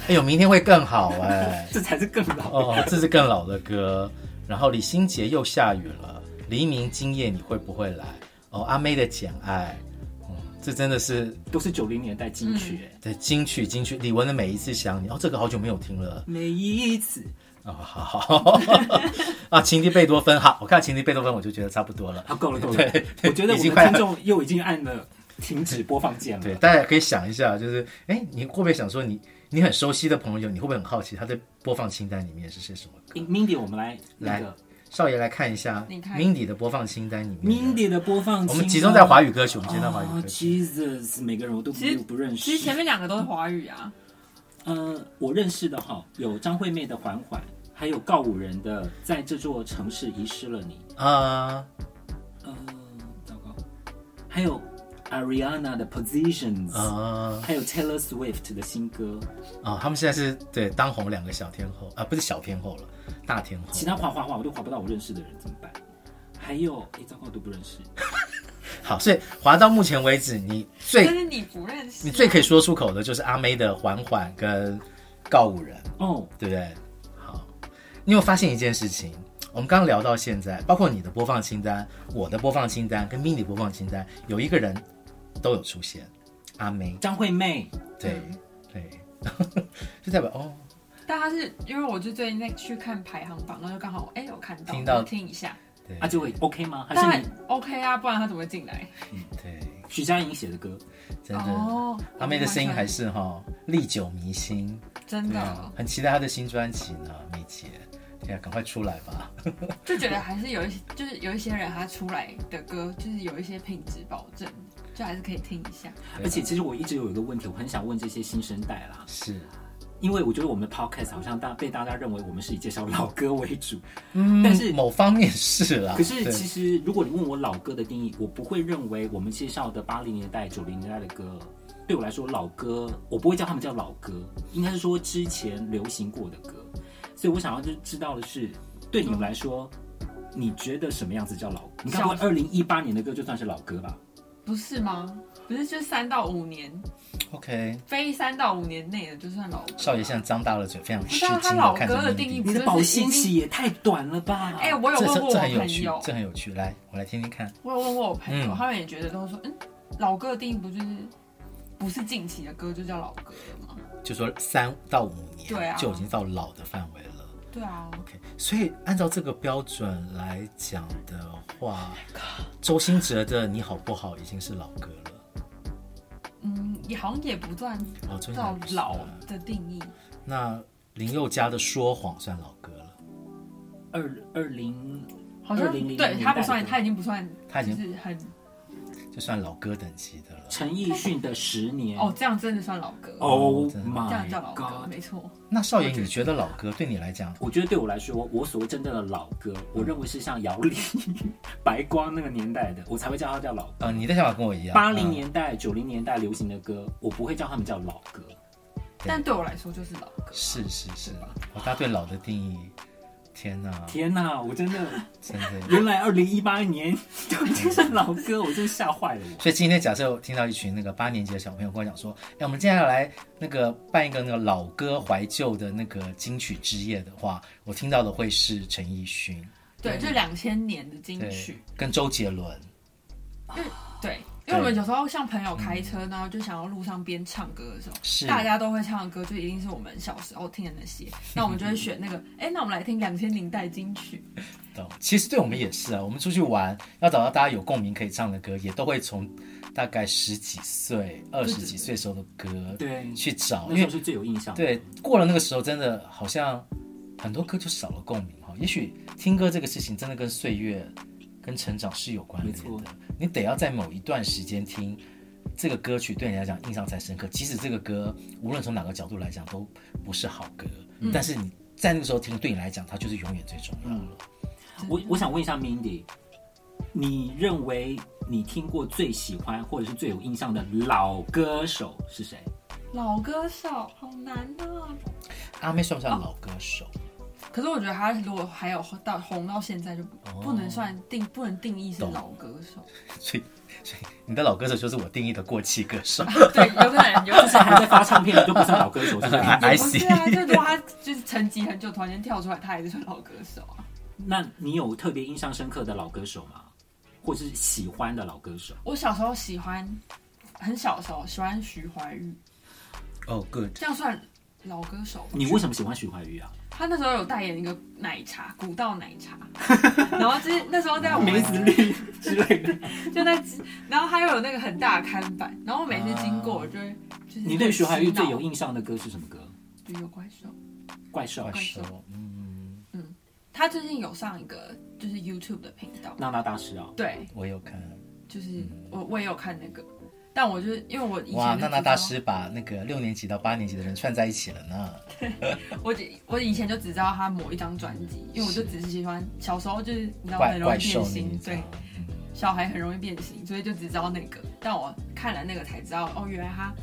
S1: 哎呦明天会更好哎、
S2: 这才是更老。
S1: 哦，这是更老的歌。然后李心洁又下雨了，黎明今夜你会不会来？哦，阿妹的《简爱》，嗯，这真的是
S2: 都是九零年代金
S3: 嗯
S2: 曲、哎
S1: 对金曲金曲。李玟的《每一次想你》，哦，这个好久没有听了。
S2: 每一次
S1: 哦，好好 啊，情敌贝多芬，好，我看情敌贝多芬我就觉得差不多了。
S2: 啊，够了够了，我觉得
S1: 已
S2: 我
S1: 经
S2: 们
S1: 快
S2: 听众又已经按了停止播放键了。
S1: 对，大家也可以想一下，就是哎，你会不会想说你你很熟悉的朋友，你会不会很好奇他的播放清单里面是些什么歌？
S2: 诶，Mindy，我们来那
S1: 来
S2: 个
S1: 少爷来看一下
S3: 你看
S1: Mindy 的播放清单里面的，
S2: Mindy 的播放，
S1: 我们集中在华语歌曲，我们集中在华语
S2: 啊
S1: 歌
S3: 哦
S1: 曲。
S2: ，Jesus，每个人我都
S3: 其
S2: 不
S3: 实
S2: 不认
S3: 其实前
S2: 识。
S3: 面两个都是华语啊，
S2: 呃，我认识的哈，有张惠妹的《缓缓》，还有告五人的《在这座城市遗失了你》。
S1: 啊、
S2: 呃，糟糕，还有 Ariana 的《Positions》，
S1: 啊
S2: 还有 Taylor Swift 的新歌。
S1: 啊！他们现在是对当红两个小天后啊，不是小天后了，大天后
S2: 其。他划划划，我都划不到我认识的人，怎么办？还有，哎，糟糕，我都不认识。
S1: 好，所以滑到目前为止，你
S3: 但
S1: 最
S3: 是你不认识，啊
S1: 你最可以说出口的就是阿妹的《缓缓》跟《告五人》，
S2: 哦，
S1: 对不对？好，你有发现一件事情？我们刚刚聊到现在，包括你的播放清单、我的播放清单跟 mini 播放清单，有一个人都有出现，阿妹。
S2: 张惠妹，
S1: 对
S3: 嗯
S1: 对， 就代表哦，
S3: 但他是因为我就最近在去看排行榜，然后就刚好哎、我看到，
S1: 听到
S3: 我听一下，
S1: 对
S2: 啊，就会 OK 吗？还
S3: 但
S2: 是
S3: 还
S2: 你
S3: OK 啊，不然他怎么会进来？
S1: 对，
S2: 徐佳莹写的歌？
S1: 真的。
S3: 哦，
S1: 阿妹的声音还
S3: 是
S1: 是哈、历久弥新，
S3: 真
S1: 对
S3: 的、
S1: 啊，很期待她的新专辑呢，梅姐，对啊，赶快出来吧。
S3: 就觉得还是有一些，就是有一些人他出来的歌，就是有一些品质保证，就还是可以听一下。
S2: 而且其实我一直有一个问题，我很想问这些新生代啦，
S1: 是，
S2: 因为我觉得我们的 podcast 好像大被大家认为我们是以介绍老歌为主，嗯，但是。
S1: 某方面是啦。
S2: 可是，
S1: 啊对
S2: 其实如果你问我老歌的定义，我不会认为我们介绍的八零年代、九零年代的歌，对我来说老歌，我不会叫他们叫老歌，应该是说之前流行过的歌。所以我想要就知道的是，对你们来说，你觉得什么样子叫老歌？你看过二零一八年的歌就算是老歌吧？
S3: 不是吗？不是，就三到五年，
S1: OK，
S3: 非三到五年内的就算老歌。
S1: 少爷现在张大了嘴，非常
S3: 不
S1: 吃
S3: 知道他
S1: 惊
S3: 老
S1: 的看着
S3: 歌的
S1: Mindy
S3: 定义
S2: 你的保鲜期也太短了吧？
S3: 哎、我有
S1: 这
S3: 问
S1: 这
S3: 过我
S1: 这很有
S3: 朋
S1: 趣
S3: 友，，
S1: 这很有趣。来，我来听听看。
S3: 我有问过我朋友，
S1: 嗯
S3: 他们也觉得都说，嗯，老歌的定义不就是不是近期的歌就叫老歌了吗？
S1: 就说三到五年，
S3: 对啊
S1: 就已经到老的范围了。
S3: 对啊，
S1: OK，所以按照这个标准来讲的话，周兴哲的《你好不好》已经是老歌了。
S3: 嗯，也好像也不算
S1: 哦，周兴哲
S3: 到
S1: 不是
S3: 老
S1: 啊
S3: 的定义。
S1: 那林宥嘉的《说谎》算老歌了，
S2: 二二零
S3: 好像
S2: 2000
S3: 对他不算，
S2: 年代的歌
S3: 他已经不算，
S1: 他已经
S3: 就是很
S1: 就算老歌等级的了。
S2: 陈奕迅的《十年》
S3: 哦，这样真的算老歌，
S2: ，Oh
S3: 这样
S2: my
S3: 叫老歌，
S2: God！
S3: 没错。
S1: 那少爷，你觉得老歌对你来讲，
S2: 我觉得对我来说，我所谓真正的老歌，
S1: 嗯
S2: 我认为是像姚丽、 白光那个年代的，我才会叫它叫老歌。
S1: 呃，你的想法跟我一样。
S2: 八零
S1: 嗯
S2: 年代、九零年代流行的歌，我不会叫他们叫老歌。
S3: 但对我来说就是老歌，
S1: 哦是是是，我大家对老的定义天哪，
S2: 天哪，我真的，
S1: 真的。
S2: 原来二零一八年 都已经是老歌，我真吓坏了我。
S1: 所以今天假设我听到一群那个八年级的小朋友跟我讲说，哎、我们接下来那个办一个那个老歌怀旧的那个金曲之夜的话，我听到的会是陈奕迅，
S3: 对，就两千年的金
S1: 对
S3: 曲，，
S1: 跟周杰伦，
S3: 对，因为我们有时候像朋友开车，然后就想要路上边唱歌的时候，
S1: 是
S3: 大家都会唱的歌，就一定是我们小时候听的那些。那我们就会选那个，哎、那我们来听两千年代金曲。
S1: 懂。其实对我们也是啊，我们出去玩要找到大家有共鸣可以唱的歌，也都会从大概十几岁、二十几岁时候的歌
S2: 对，
S1: 去找，
S2: 那
S1: 因
S2: 时
S1: 为
S2: 候是最有印象的。
S1: 对过了那个时候，真的好像很多歌就少了共鸣哈。也许听歌这个事情真的跟岁月、跟成长是有关联
S2: 没错
S1: 的，你得要在某一段时间听。这个歌曲对你来讲印象才深刻，即使这个歌无论从哪个角度来讲都不是好歌，
S2: 嗯
S1: 但是你在那个时候听，对你来讲它就是永远最重要的。
S2: 我我想问一下 Mindy，你认为你听过最喜欢或者是最有印象的老歌手是谁？
S3: 老歌手好难啊！
S1: 阿妹算不算老歌手？
S3: 可是我觉得他如果还有到红到现在，就不不能算定，不能定义是老歌手。
S1: 所以，所以你的老歌手就是我定义的过气歌手。
S3: 对，有可能有可
S2: 就是
S3: 能。
S2: 还在发唱片的就不算老歌手，是 不是？
S1: I
S3: 也不是啊，
S1: see，
S3: 就如果他就是沉寂很久，突然间跳出来，他还是算老歌手啊。
S2: 那你有特别印象深刻的老歌手吗？或是喜欢的老歌手？
S3: 我小时候喜欢，很小的时候喜欢徐怀钰，
S1: 哦、good，
S3: 这样算老歌手吧。
S2: 你为什么喜欢徐怀钰啊？
S3: 他那时候有代言一个奶茶，古道奶 茶，然后就是那时候在我
S2: 梅
S3: 们
S2: 子绿之类的。
S3: 就在，然后他又有那个很大的看板，然后我每次经过我就会就 是
S2: 啊你对徐怀钰最有
S3: 印
S2: 印象的歌是什么歌？
S3: 有关系哦。
S2: 怪兽
S1: 怪
S2: 啊，
S1: 兽，嗯，
S3: 他最近有上一个就是 YouTube 的频道，
S2: 娜娜大师啊。
S3: 对，
S1: 我有看。
S3: 就是
S2: 嗯
S3: 我我也有看那个，但我就是因为我以前
S1: 哇，
S3: 就
S1: 娜娜
S3: 知道
S1: 大，师把那个六年级到八年级的人串在一起了呢。
S3: 我只我以前就只知道他某一张专辑，因为我就只是喜欢小时候就是你知道
S1: 怪
S3: 很容
S1: 怪
S3: 易变
S1: 兽那
S3: 心
S1: 一，
S3: 对
S1: 张，，嗯
S3: 小孩很容易变形，所以就只知道那个。但我看了那个才知道，哦，原来他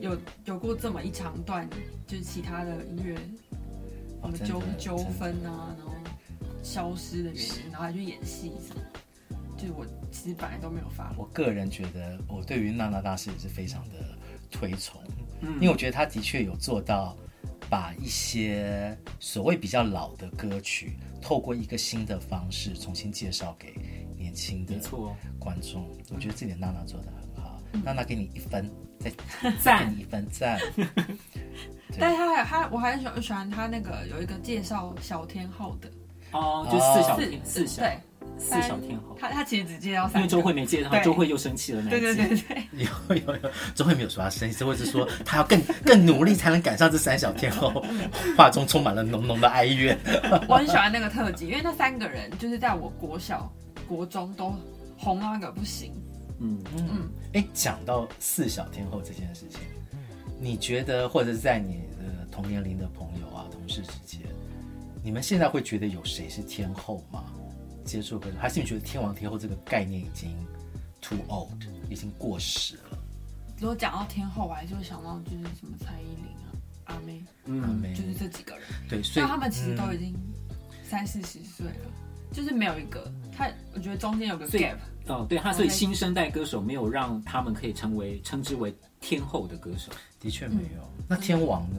S3: 有有过这么一长段，就是其他的音乐什
S1: 哦
S3: 么
S1: 真
S3: 纠
S1: 的
S3: 纠
S1: 真的
S3: 纷啊，然后消失的原因，然后还去演戏什么。就是我其实本来都没有发过，
S1: 我个人觉得，我对于娜娜大师也是非常的推崇，因为我觉得他的确有做到把一些所谓比较老的歌曲，透过一个新的方式重新介绍给年轻的
S2: 没错，
S1: 观众。我觉得这点娜娜做的很好，娜娜给你一分，再再
S2: 赞
S1: 给你一分赞。
S3: 但是他还他我还喜欢喜欢他那个有一个介绍小天后的
S2: 哦，就四小天，四
S3: 四
S2: 小
S3: 对
S2: 四
S3: 三
S2: 小天后。
S3: 他他其实只介绍
S2: 因
S3: 三
S2: 为
S3: 个，
S2: 周慧没接他，
S3: 对
S2: 周慧又生气了那一
S3: 对
S2: 集。
S3: 对对对，
S1: 有有有，周慧没有说他生气，周慧是说他要更 更努力才能赶上这三小天后，话中充满了浓浓的哀怨。
S3: 我很喜欢那个特辑，因为那三个人就是在我国小、国中都红到那个不行。
S2: 嗯，
S1: 哎，讲到四小天后这件事情，你觉得或者是在你的同年龄的朋友啊、同事之间，你们现在会觉得有谁是天后吗？接触过，还是你觉得天王天后这个概念已经 too old，已经过时了？
S3: 如果讲到天后，我还是会想到就是什么蔡依林啊、阿妹，
S1: 嗯，没
S3: 就是这几个人。
S1: 对，所
S3: 但
S1: 以
S3: 他们其实都
S1: 嗯
S3: 已经三四十岁了，就是没有一个他，我觉得中间有个
S2: 所以
S3: gap。
S2: 哦，对他，所以新生代歌手没有让他们可以成为称之为天后的歌手。
S1: 的确没有。那天王呢？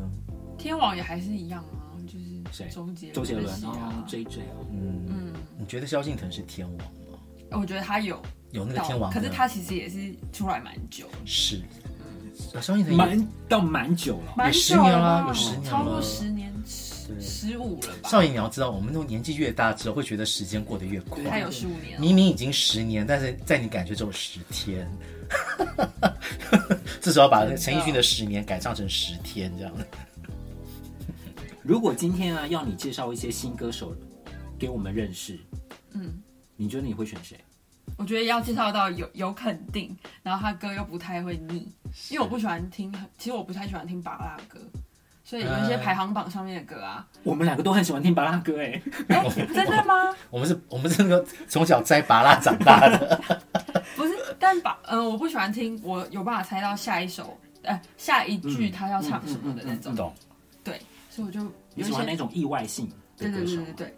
S3: 天王也还是一样啊，就是
S2: 谁
S3: 周杰
S2: 周杰
S3: 伦的
S2: 伦
S3: 戏
S2: 哦
S3: 啊。
S2: ，J J 哦，
S1: 嗯，
S3: 嗯，
S1: 你觉得萧敬腾是天王吗？
S3: 我觉得他有
S1: 有那个
S3: 到
S1: 天王的，
S3: 可是他其实也是出来蛮久了，
S1: 是呃萧敬腾也
S2: 蛮到蛮久了。
S3: 蛮
S1: 十
S3: 久了
S1: 年啦
S3: 吧
S1: 有十年
S3: 超过
S1: 了
S3: 十年十十五了吧？
S1: 少爷，你要知道，我们那种年纪越大之后，会觉得时间过得越
S3: 他
S1: 快。
S3: 有十五年了。
S1: 明明已经十年，但是在你感觉只有十天。 至少要把陈奕迅的十年改唱成十天这样。
S2: 如果今天啊要你介绍一些新歌手给我们认识，
S3: 嗯，
S2: 你觉得你会选谁？
S3: 我觉得要介绍到有有肯定，然后他歌又不太会腻，因为我不喜欢听，其实我不太喜欢听巴拉歌，所以有一些排行榜上面的歌啊，
S2: 我们两个都很喜欢听巴拉歌 哎，
S3: 哎、真的吗？
S1: 我们是，我们是那个从小摘拔蜡长大的。
S3: 不是，但把嗯、我不喜欢听，我有办法猜到下一首，呃，下一句
S2: 嗯
S3: 他要唱什么的那种，
S1: 懂？
S3: 对，所以我就
S2: 你
S3: 有
S2: 喜
S3: 一
S2: 欢那
S3: 些，
S2: 种意外性的
S3: 对对
S2: 歌
S3: 对
S2: 手
S3: 对？对，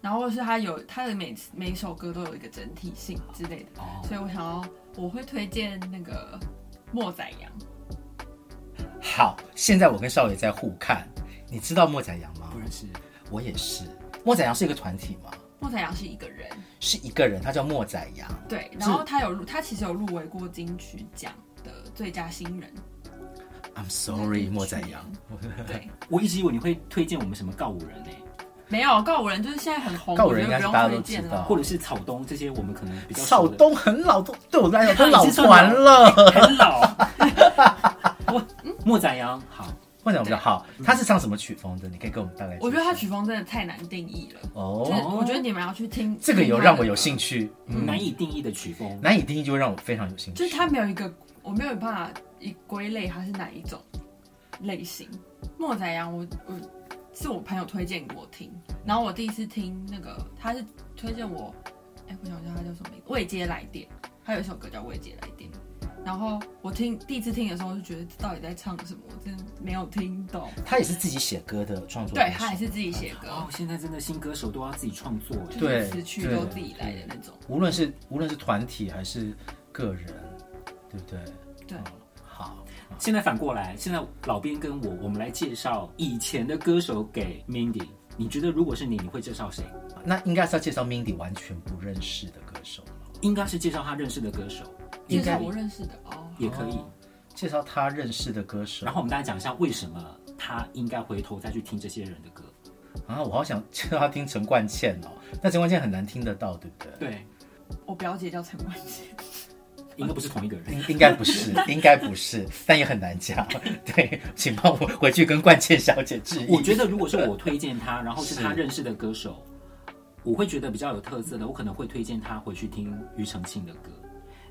S3: 然后或者是他有他的每每一首歌都有一个整体性之类的，
S2: 哦，
S3: 所以我想要我会推荐那个莫宰羊，
S1: 好，现在我跟少爷在互看，你知道莫宰阳吗
S2: 不？认识。
S1: 我也是。莫宰阳是一个团体吗？
S3: 莫宰羊是一个人，
S1: 是一个人，他叫莫宰阳。
S3: 对，然后他有入他其实有入围过金曲奖的最佳新人，
S1: I'm sorry，莫宰阳。
S3: 对，
S2: 我一直以为你会推荐我们什么告五人呢、哎
S3: 没有告五人就是现在很红，
S1: 告五
S3: 我
S1: 人
S3: 觉得
S1: 应该是
S3: 不
S1: 大
S3: 用
S1: 家都
S3: 推荐
S1: 知道
S3: 了。
S2: 或者是草东这些，我们可能比较
S1: 少
S2: 熟的
S1: 东很老，都对我来讲都
S2: 他
S1: 老
S2: 已经算
S1: 团了。
S2: 很 老。我莫宰阳好，
S1: 莫宰阳比较好，他是唱什么曲风的？你可以跟我们大概介绍。
S3: 我觉得他曲风真的太难定义了，就是
S1: 哦，
S3: 我觉得你们要去听
S1: 这个有让我有
S3: 趣。
S1: 兴趣，嗯，
S2: 难以定义的曲风，
S1: 难以定义就会让我非常有兴趣。
S3: 就是它没有一个，我没有办法一归类它是哪一种类型。莫宰羊我，我是我朋友推荐给我听，然后我第一次听那个，他是推荐我，哎、我想一下他叫什么名字，未接来电，他有一首歌叫未接来电。然后我听第一次听的时候，就觉得到底在唱什么，我真的没有听懂。
S1: 他也是自己写歌的创作歌手，
S3: 对他也是自己写歌
S2: 哦，，现在真的新歌手都要自己创作耶，
S3: 就
S1: 对
S3: 是词曲
S1: 对
S3: 都自己来的那种。
S1: 无论是无论是团体还是个人，对不对？
S3: 对
S1: 嗯，好，
S2: 现在反过来，现在老边跟我，我们来介绍以前的歌手给 Mindy。你觉得如果是你，你会介绍谁？
S1: 那应该是要介绍 Mindy 完全不认识的歌手了，
S2: 应该是介绍他认识的歌手，
S3: 介
S1: 应
S3: 绍
S1: 该
S3: 我认识的哦，
S2: 也可以。
S1: 哦介绍他认识的歌手。
S2: 然后我们大家讲一下为什么他应该回头再去听这些人的歌。
S1: 啊，我好想 介绍他听陈冠茜哦，但陈冠茜很难听得到，对不对？
S2: 对，
S3: 我表姐叫陈冠希，
S2: 应该不是同一个人。
S1: 应应该不 是，应该不是，但也很难讲。 对，请帮我回去跟冠茜小姐
S3: 嗯
S1: 致
S2: 我
S1: 意。
S2: 觉得如果是我推荐他，然后是
S1: 是
S2: 他认识的歌手，我会觉得比较有特色的，我可能会推荐他回去听庾澄庆的歌，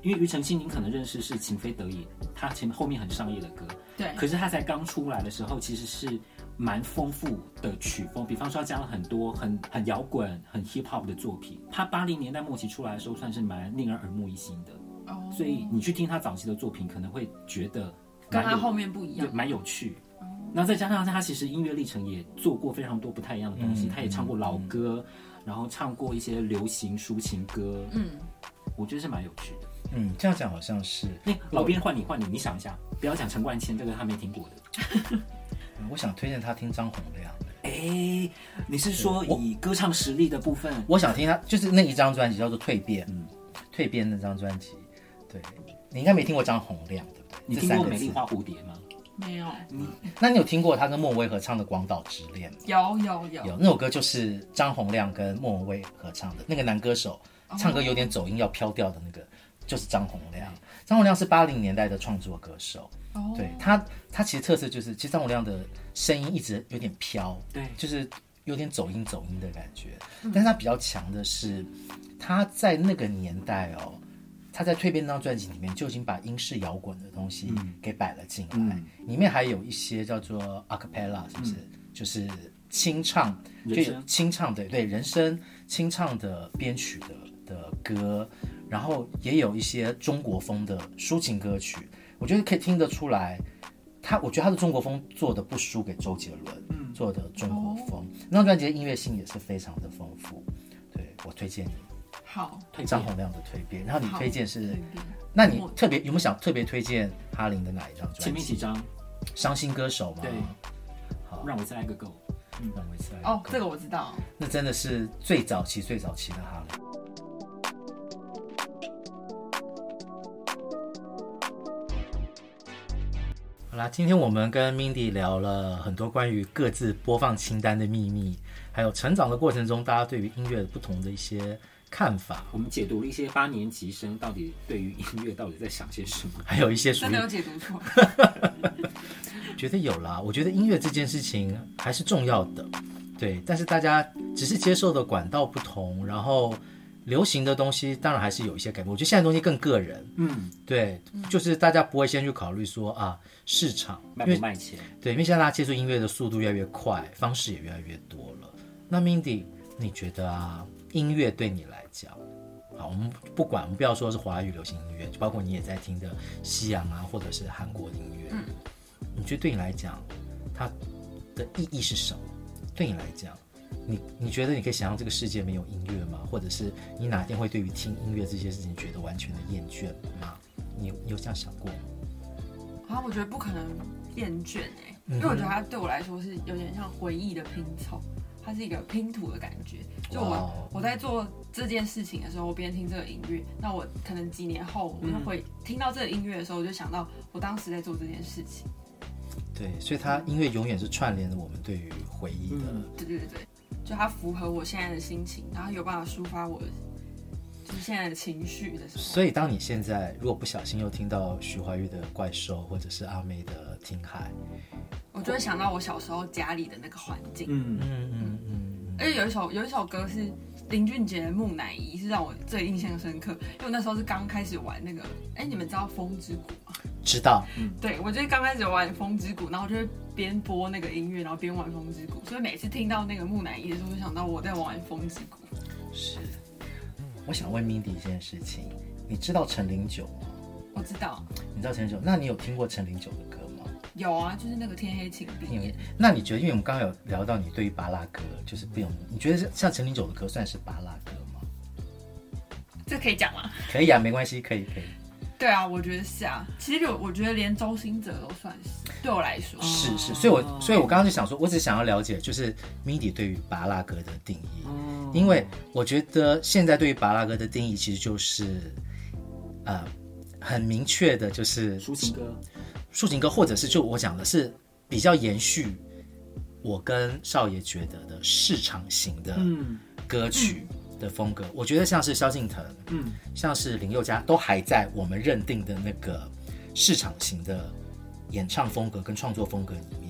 S2: 因为庾澄庆您可能认识是《情非得已》，他前后面很商业的歌，
S3: 对，
S2: 可是他才刚出来的时候，其实是蛮丰富的曲风，比方说他加了很多很很摇滚、很 hip hop 的作品。他八零年代末期出来的时候，算是蛮令人耳目一新的。
S3: 哦，
S2: 所以你去听他早期的作品，可能会觉得
S3: 跟
S2: 蛮
S3: 他
S2: 有
S3: 后面嗯不一样
S2: 对，。蛮有趣。那再加上他其实音乐历程也做过非常多不太一样的东西，
S1: 嗯
S2: 他也唱过老歌，然后唱过一些流行抒情歌，
S3: 嗯，
S2: 我觉得是蛮有趣的。
S1: 嗯，这样讲好像是。
S2: 那老边换你换你，你想一下，不要讲陈冠希这个他没听过的。
S1: 嗯我想推荐他听张洪量，
S2: 哎，你是说以歌唱实力的部分？
S1: 我想听他就是那一张专辑叫做《蜕变》，嗯，《蜕变》那张专辑，对你应该没听过张洪量，对不对？
S2: 你
S1: 这
S2: 听
S1: 三
S2: 过《
S1: 个
S2: 美丽
S1: 字
S2: 花蝴蝶》吗？
S3: 没有，
S1: 那你有听过他跟莫文蔚合唱的《广岛之恋》吗？
S3: 有有有，
S1: 有那首歌就是张洪量跟莫文蔚合唱的，那个男歌手唱歌有点走音要飘掉的那个，就是张洪量。张洪量是八零年代的创作歌手，
S3: 哦，
S1: 对他，他其实特色就是，其实张洪量的声音一直有点飘，
S2: 对
S1: 就是有点走音走音的感觉。
S2: 嗯
S1: 但是他比较强的是，他在那个年代哦，他在《蜕变》那张专辑里面就已经把英式摇滚的东西
S2: 嗯
S1: 给摆了进来，里面还有一些叫做 a cappella，是不是？就是清唱，就
S2: 嗯人
S1: 有
S2: 声
S1: 清唱的对人声清唱的编曲的的歌，然后也有一些中国风的抒情歌曲，我觉得可以听得出来，他我觉得他的中国风做的不输给周杰伦，嗯，做的中国风，那张专辑的音乐性也是非常的丰富，对我推荐你
S3: 好，
S2: 退
S1: 张
S2: 变
S1: 洪亮的蜕变，然后你
S3: 好
S1: 推荐是
S3: 随，便
S1: 那你
S3: 我
S1: 特别有没有想特别推荐哈林的哪一张
S2: 前
S1: 专
S2: 面
S1: 辑？
S2: 几张，
S1: 伤心歌手吗？
S2: 对
S1: 好
S2: 让我再来个够。
S1: 让我一次来
S3: 哦，
S1: 看
S3: 这个我知道，
S1: 那真的是最早期、最早期的哈林。好啦，今天我们跟 Mindy 聊了很多关于各自播放清单的秘密，还有成长的过程中，大家对于音乐不同的一些看法，
S2: 我们解读了一些八年级生到底对于音乐到底在想些什么。
S1: 还有一些属
S3: 真
S1: 于
S3: 的有解读错，
S1: 觉得有啦，我觉得音乐这件事情还是重要的，对。但是大家只是接受的管道不同，然后流行的东西当然还是有一些改变。我觉得现在东西更个人，
S2: 嗯，
S1: 对，就是大家不会先去考虑说啊市场，
S2: 卖
S1: 因为
S2: 不卖钱？
S1: 对，因为现在大家接触音乐的速度越来越快，方式也越来越多了。那 Mindy，你觉得啊，音乐对你来讲，好，我们不管，我们不要说是华语流行音乐，就包括你也在听的西洋啊，或者是韩国的音乐，
S3: 嗯
S1: 你觉得对你来讲，它的意义是什么？对你来讲，你你觉得你可以想象这个世界没有音乐吗？或者是你哪天会对于听音乐这些事情觉得完全的厌倦吗？你有你有这样想过吗？
S3: 啊，我觉得不可能厌倦哎、
S1: 嗯
S3: 因为我觉得它对我来说是有点像回忆的拼凑，它是一个拼图的感觉。就我、
S1: 哇哦
S3: 我在做这件事情的时候，我边听这个音乐，那我可能几年后我就会听到这个音乐的时候，我就想到我当时在做这件事情。
S1: 对，所以它音乐永远是串联着我们对于回忆的。
S2: 嗯
S3: 对对对对，就它符合我现在的心情，然后有办法抒发我就是现在的情绪的时候。
S1: 所以，当你现在如果不小心又听到徐怀钰的《怪兽》，或者是阿妹的《听海》，
S3: 我就会想到我小时候家里的那个环境，
S2: 嗯，
S1: 嗯嗯嗯，
S3: 而且有一首有一首歌是林俊杰的《木乃伊》，是让我最印象深刻，因为我那时候是刚开始玩那个，哎，你们知道《风之谷》吗？
S1: 知道。
S3: 对，我就是刚开始玩《风之谷》，然后就会边播那个音乐，然后边玩《风之谷》，所以每次听到那个木乃伊的时候，我就想到我在玩《风之谷》。
S1: 是，我想问 Mindy 一件事情，你知道陈零九吗？
S3: 我知道
S1: 你知道陈零九？那你有听过陈零九的歌吗？
S3: 有啊，就是那个天黑请闭
S1: 因
S3: 眼
S1: 为，那你觉得，因为我们刚刚有聊到你对于巴拉歌就是不用，你觉得像陈零九的歌算是巴拉歌吗？
S3: 这可以讲吗？
S1: 可以啊，没关系，可以可以。
S3: 对啊，我觉得是啊。其实我我觉得连周兴哲都算是，对我来说，
S1: 是是，所以我所以我刚刚就想说，我只想要了解就是 MIDI 对于拔拉歌的定义，
S2: 哦
S1: 因为我觉得现在对于拔拉歌的定义其实就是，呃，很明确的，就是
S2: 抒情歌，
S1: 抒情歌，或者是就我讲的是比较延续我跟少爷觉得的市场型的
S2: 嗯
S1: 歌曲的风格，我觉得像是萧敬腾，
S2: 嗯，
S1: 像是林宥嘉都还在我们认定的那个市场型的演唱风格跟创作风格里面。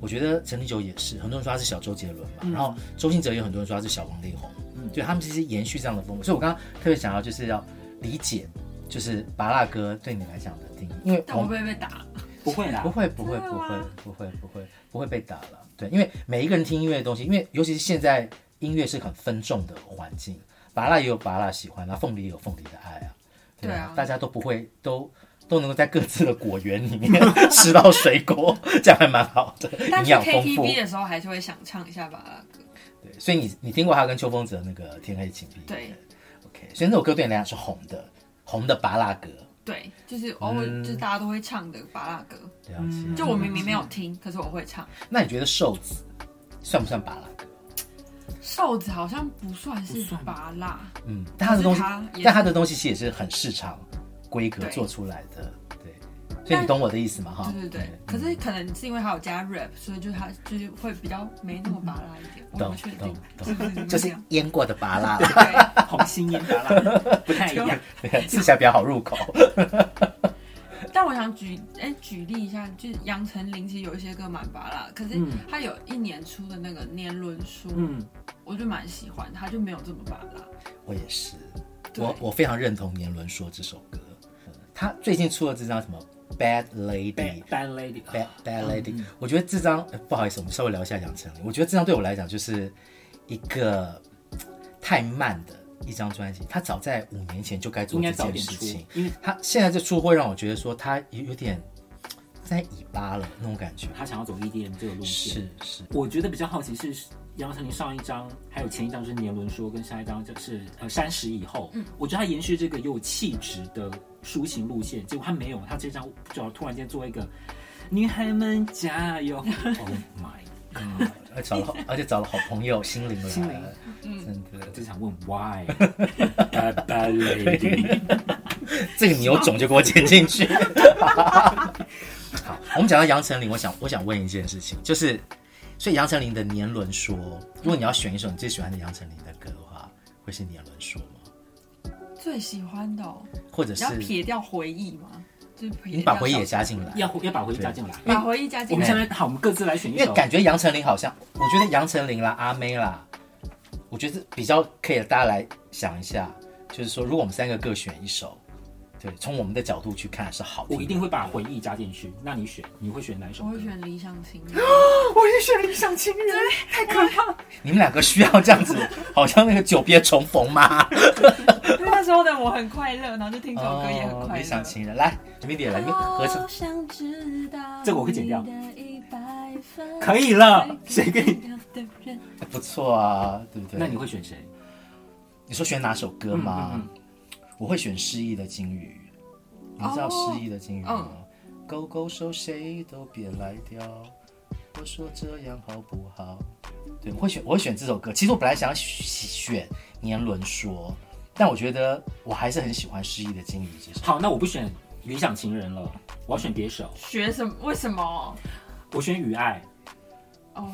S1: 我觉得陈立久也是，很多人说他是小周杰伦嘛，然后周兴哲也有很多人说他是小王力宏，对他们其实延续这样的风格。所以我刚刚特别想要就是要理解，就是拔蜡哥对你来讲的定义，因为
S3: 但
S1: 我
S3: 我
S1: 们
S3: 会不会被打？
S2: 不会啦
S1: 不，会，不会，
S3: 真的
S1: 不会
S3: 吗，
S1: 不会，不会，不会被打了。对，因为每一个人听音乐的东西，因为尤其是现在音乐是很分众的环境，拔蜡也有拔蜡喜欢啊，凤梨也有凤梨的爱啊，
S3: 对啊
S1: 大家都不会都。都能够在各自的果园里面 吃到水果，这样还蛮好的，
S3: 但
S1: 营
S3: 是
S1: 养丰富。
S3: KTV 的时候还是会想唱一下吧那个。
S1: 对，所以你你听过他跟邱风泽那个《天黑请闭眼》
S3: 对
S1: ？OK，所以那首歌对你来讲是红的，红的拔蜡歌。
S3: 对，就是偶尔、
S1: 嗯
S3: 就是大家都会唱的巴拉歌，
S1: 了解。
S3: 就我明明没有听，可是我会唱。
S1: 那你觉得瘦子算不算拔蜡歌？
S3: 瘦子好像不算是
S2: 算
S3: 巴拉，
S1: 嗯，但他的东西
S3: 可是他，也
S1: 但他的东西其实也是很市场规格
S3: 对
S1: 做出来的，对，所以你懂我的意思吗？哈，嗯
S3: 对对对。可是可能是因为他有加 rap，所以就他就是会比较没那么巴拉一点，我不
S1: 懂
S3: 确定
S1: 懂
S3: 是不是
S1: 懂，
S3: 你
S1: 就
S3: 们
S1: 是
S3: 讲。
S1: 腌过的拔辣，
S3: 对，
S2: 红心烟巴拉不太一样，
S1: 对吃起来比较好入口。
S3: 但我想举哎举例一下，就是杨丞琳其实有一些歌蛮巴拉，可是
S2: 嗯
S3: 他有一年出的那个年轮书，
S2: 嗯，
S3: 我就蛮喜欢，他就没有这么巴拉。
S1: 我也是，
S3: 对
S1: 我我非常认同年轮说这首歌，嗯他最近出了这张什么《Bad Lady》。
S2: bad bad lady，啊
S1: Bad Bad Lady，、我觉得这张、呃不好意思，我们稍微聊一下杨丞琳。我觉得这张对我来讲就是一个嗯太慢的一张专辑，他早在五年前就该做
S2: 应
S1: 这
S2: 该早
S1: 件
S2: 点
S1: 事
S2: 出
S1: 情，，
S2: 因为
S1: 他现在这出会让我觉得说他有有点嗯在尾巴了那种感觉。
S2: 他想要走 EDM 这个路线。
S1: 是是，
S2: 我觉得比较好奇是杨丞琳上一张，还有前一张是年轮说，跟下一张就是呃山石以后。嗯，我觉得他延续这个有气质的抒情路线，结果他没有，他这张主要突然间做一个女孩们加 油，Oh my！
S1: 嗯，而找了好，而且找了好朋友心灵
S2: 心
S1: 来
S2: 灵
S1: 了，
S3: 嗯
S1: 真的，
S2: 就想问 Why bad bad lady？
S1: 这个你有种就给我剪进去。好，我们讲到杨丞琳，我想我想问一件事情，就是，所以杨丞琳的年轮说，如果你要选一首你最喜欢的杨丞琳的歌的话，会是年轮说吗？
S3: 最喜欢的、哦，
S1: 或者
S3: 你
S1: 是
S3: 要撇掉回忆吗？就是撇掉
S1: 你把回忆也加进来？
S2: 要要把回忆加进来。
S3: 把回忆加
S2: 我
S3: 进
S2: 们现
S3: 来。
S2: 在好，我们各自来选一
S1: 因为
S2: 首。
S1: 感觉杨丞琳好像，我觉得杨丞琳啦、阿妹啦，我觉得比较可以大家来想一下，就是说，如果我们三个各选一首，对，从我们的角度去看是好听的。
S2: 我一定会把回忆加进去。那你选，你会选哪一首
S3: 我
S2: 歌？
S3: 会选理想情人，
S2: 我也选理想情人。
S1: 你们两个需要这样子，好像那个久别重逢 吗？
S3: 因为那时候的我很快乐，然后就听这
S2: 哦
S3: 首歌也
S2: 啊
S3: 很快乐。
S1: 哦理想情人，来，你们点来，你们合唱。
S4: 想知道
S2: 这个我会剪掉
S4: 你的100分
S2: 可以了谁给你？
S3: 的人。
S1: 哎不错啊，对不对？
S2: 那你会选谁？
S1: 你说选哪首歌吗？
S2: 嗯
S1: 我会选失忆的金鱼，你知道失忆的金鱼
S2: 哦
S1: 吗？
S2: 嗯
S1: 勾勾手，谁都别来叼。我说这样好不好？对，我会选，我会选这首歌。其实我本来想选《年轮说》，但我觉得我还是很喜欢失忆的金鱼这首。
S2: 好，那我不选理想情人了，我要选别首，
S3: 学什么？为什么？
S2: 我选雨爱。
S3: 哦，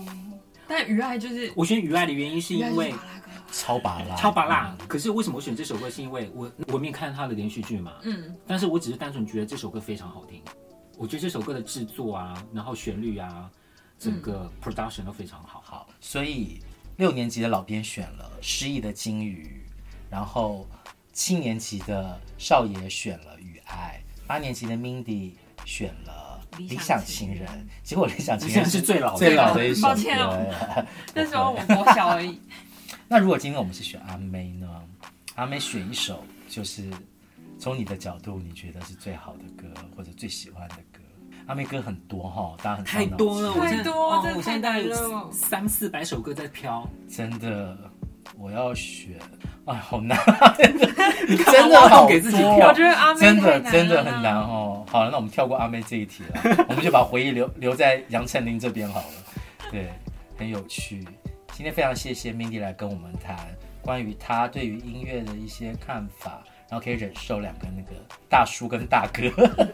S3: 但于爱就是，
S2: 我选雨爱的原因是
S3: 于爱
S2: 因
S3: 就是
S2: 为
S3: 巴拉啊格
S1: 超拔辣，
S2: 超拔辣。可是为什么我选这首歌？是因为我我没有看他的连续剧嘛，
S3: 嗯，
S2: 但是我只是单纯觉得这首歌非常好听。我觉得这首歌的制作啊，然后旋律啊，整个 production 都非常好。
S1: 好，所以六年级的老编选了失忆的金鱼，然后七年级的少爷选了雨爱，八年级的 Mindy 选了理
S3: 理
S1: 想
S3: 想
S1: 情
S3: 情
S1: 人
S3: 人，
S1: 结果理想情
S2: 现
S1: 人
S2: 在是最老的，
S1: 最老的一首
S3: 抱歉啊
S1: 歌。
S3: 那时候我国小 而已。
S1: 那如果今天我们是选阿妹呢？阿妹选一首就是从你的角度你觉得是最好的歌或者最喜欢的歌。阿妹歌很多哈，大家很
S2: 太
S1: 伤脑
S2: 多了，
S1: 筋
S2: 我现在
S3: 太多
S2: 哦
S3: 真的
S2: 我现在大概
S3: 太多了
S2: 有三四百首歌在飘。
S1: 真的，我要选，哎，好 难，你
S2: 嘛
S1: 真的
S2: 挖洞
S1: 好
S2: 给自己
S1: 多哦
S2: 跳
S3: 我觉得阿妹
S1: 真
S3: 太
S1: 的
S3: 难
S1: 真的
S3: 了
S1: 很难哦。好了，那我们跳过阿妹这一题 了，我们就把回忆留留在杨丞琳这边好了。对，很有趣。今天非常谢谢 Mindy 来跟我们谈关于她对于音乐的一些看法，然后可以忍受两个那个大叔跟大哥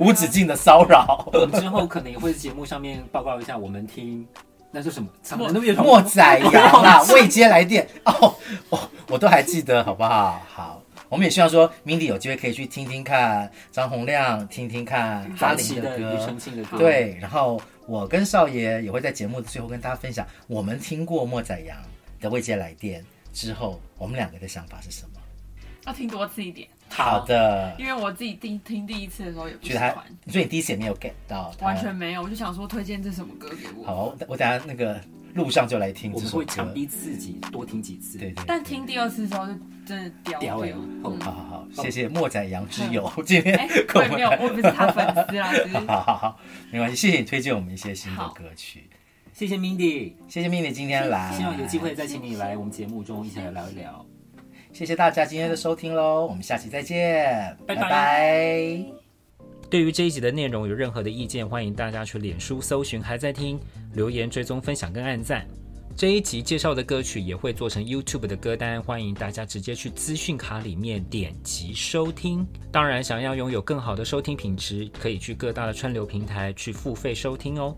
S1: 无止境的骚扰。
S2: 我们之后可能也会在节目上面报告一下我们听，那是什么？什么 那么
S1: 莫宰羊啦，未接来电哦，我我都还记得，好不好？好，我们也希望说，Mindy 有机会可以去听听看张洪亮，听听看
S2: 早
S1: 哈
S2: 期
S1: 林
S2: 的庾
S1: 歌
S2: 澄，庆的歌，，
S1: 对。然后我跟少爷也会在节目的最后跟大家分享，我们听过莫宰羊的未接来电之后，我们两个的想法是什么？
S3: 要听多次一点，
S1: 好的，
S3: 因为我自己第听第一次的时候也不
S1: 觉
S3: 喜
S1: 得他
S3: 欢，，
S1: 所以你第一次也没有 get 到他，
S3: 完全没有，我就想说推荐这什么歌给我。
S1: 好。我等下那个路上就来听
S2: 我
S1: 这
S2: 们
S1: 首
S2: 会
S1: 歌，
S2: 强逼自己多听几次。
S1: 对，对。
S3: 但听第二次的时候就真的掉
S2: 屌哎
S3: 掉。，
S2: 哦
S1: 好好好，谢谢莫宰羊之友，今
S3: 哎
S1: 天，跟我
S3: 我也
S1: 们
S3: 没有，我不是他粉丝啦，只是
S1: 好好好，没关系，谢谢你推荐我们一些新的
S3: 好
S1: 歌曲，
S2: 谢谢 Mindy，
S1: 谢谢 Mindy 今天来，
S2: 希望有机会再请你来我们节目中一起来聊一聊。
S1: 谢谢大家今天的收听喽，我们下期再见，
S2: 拜拜
S1: 拜拜
S2: 对于这一集的内容有任何的意见，欢迎大家去脸书搜寻还在听，留言追踪分享跟按赞。这一集介绍的歌曲也会做成 YouTube 的歌单，欢迎大家直接去资讯卡里面点击收听。当然，想要拥有更好的收听品质，可以去各大的串流平台去付费收听哦。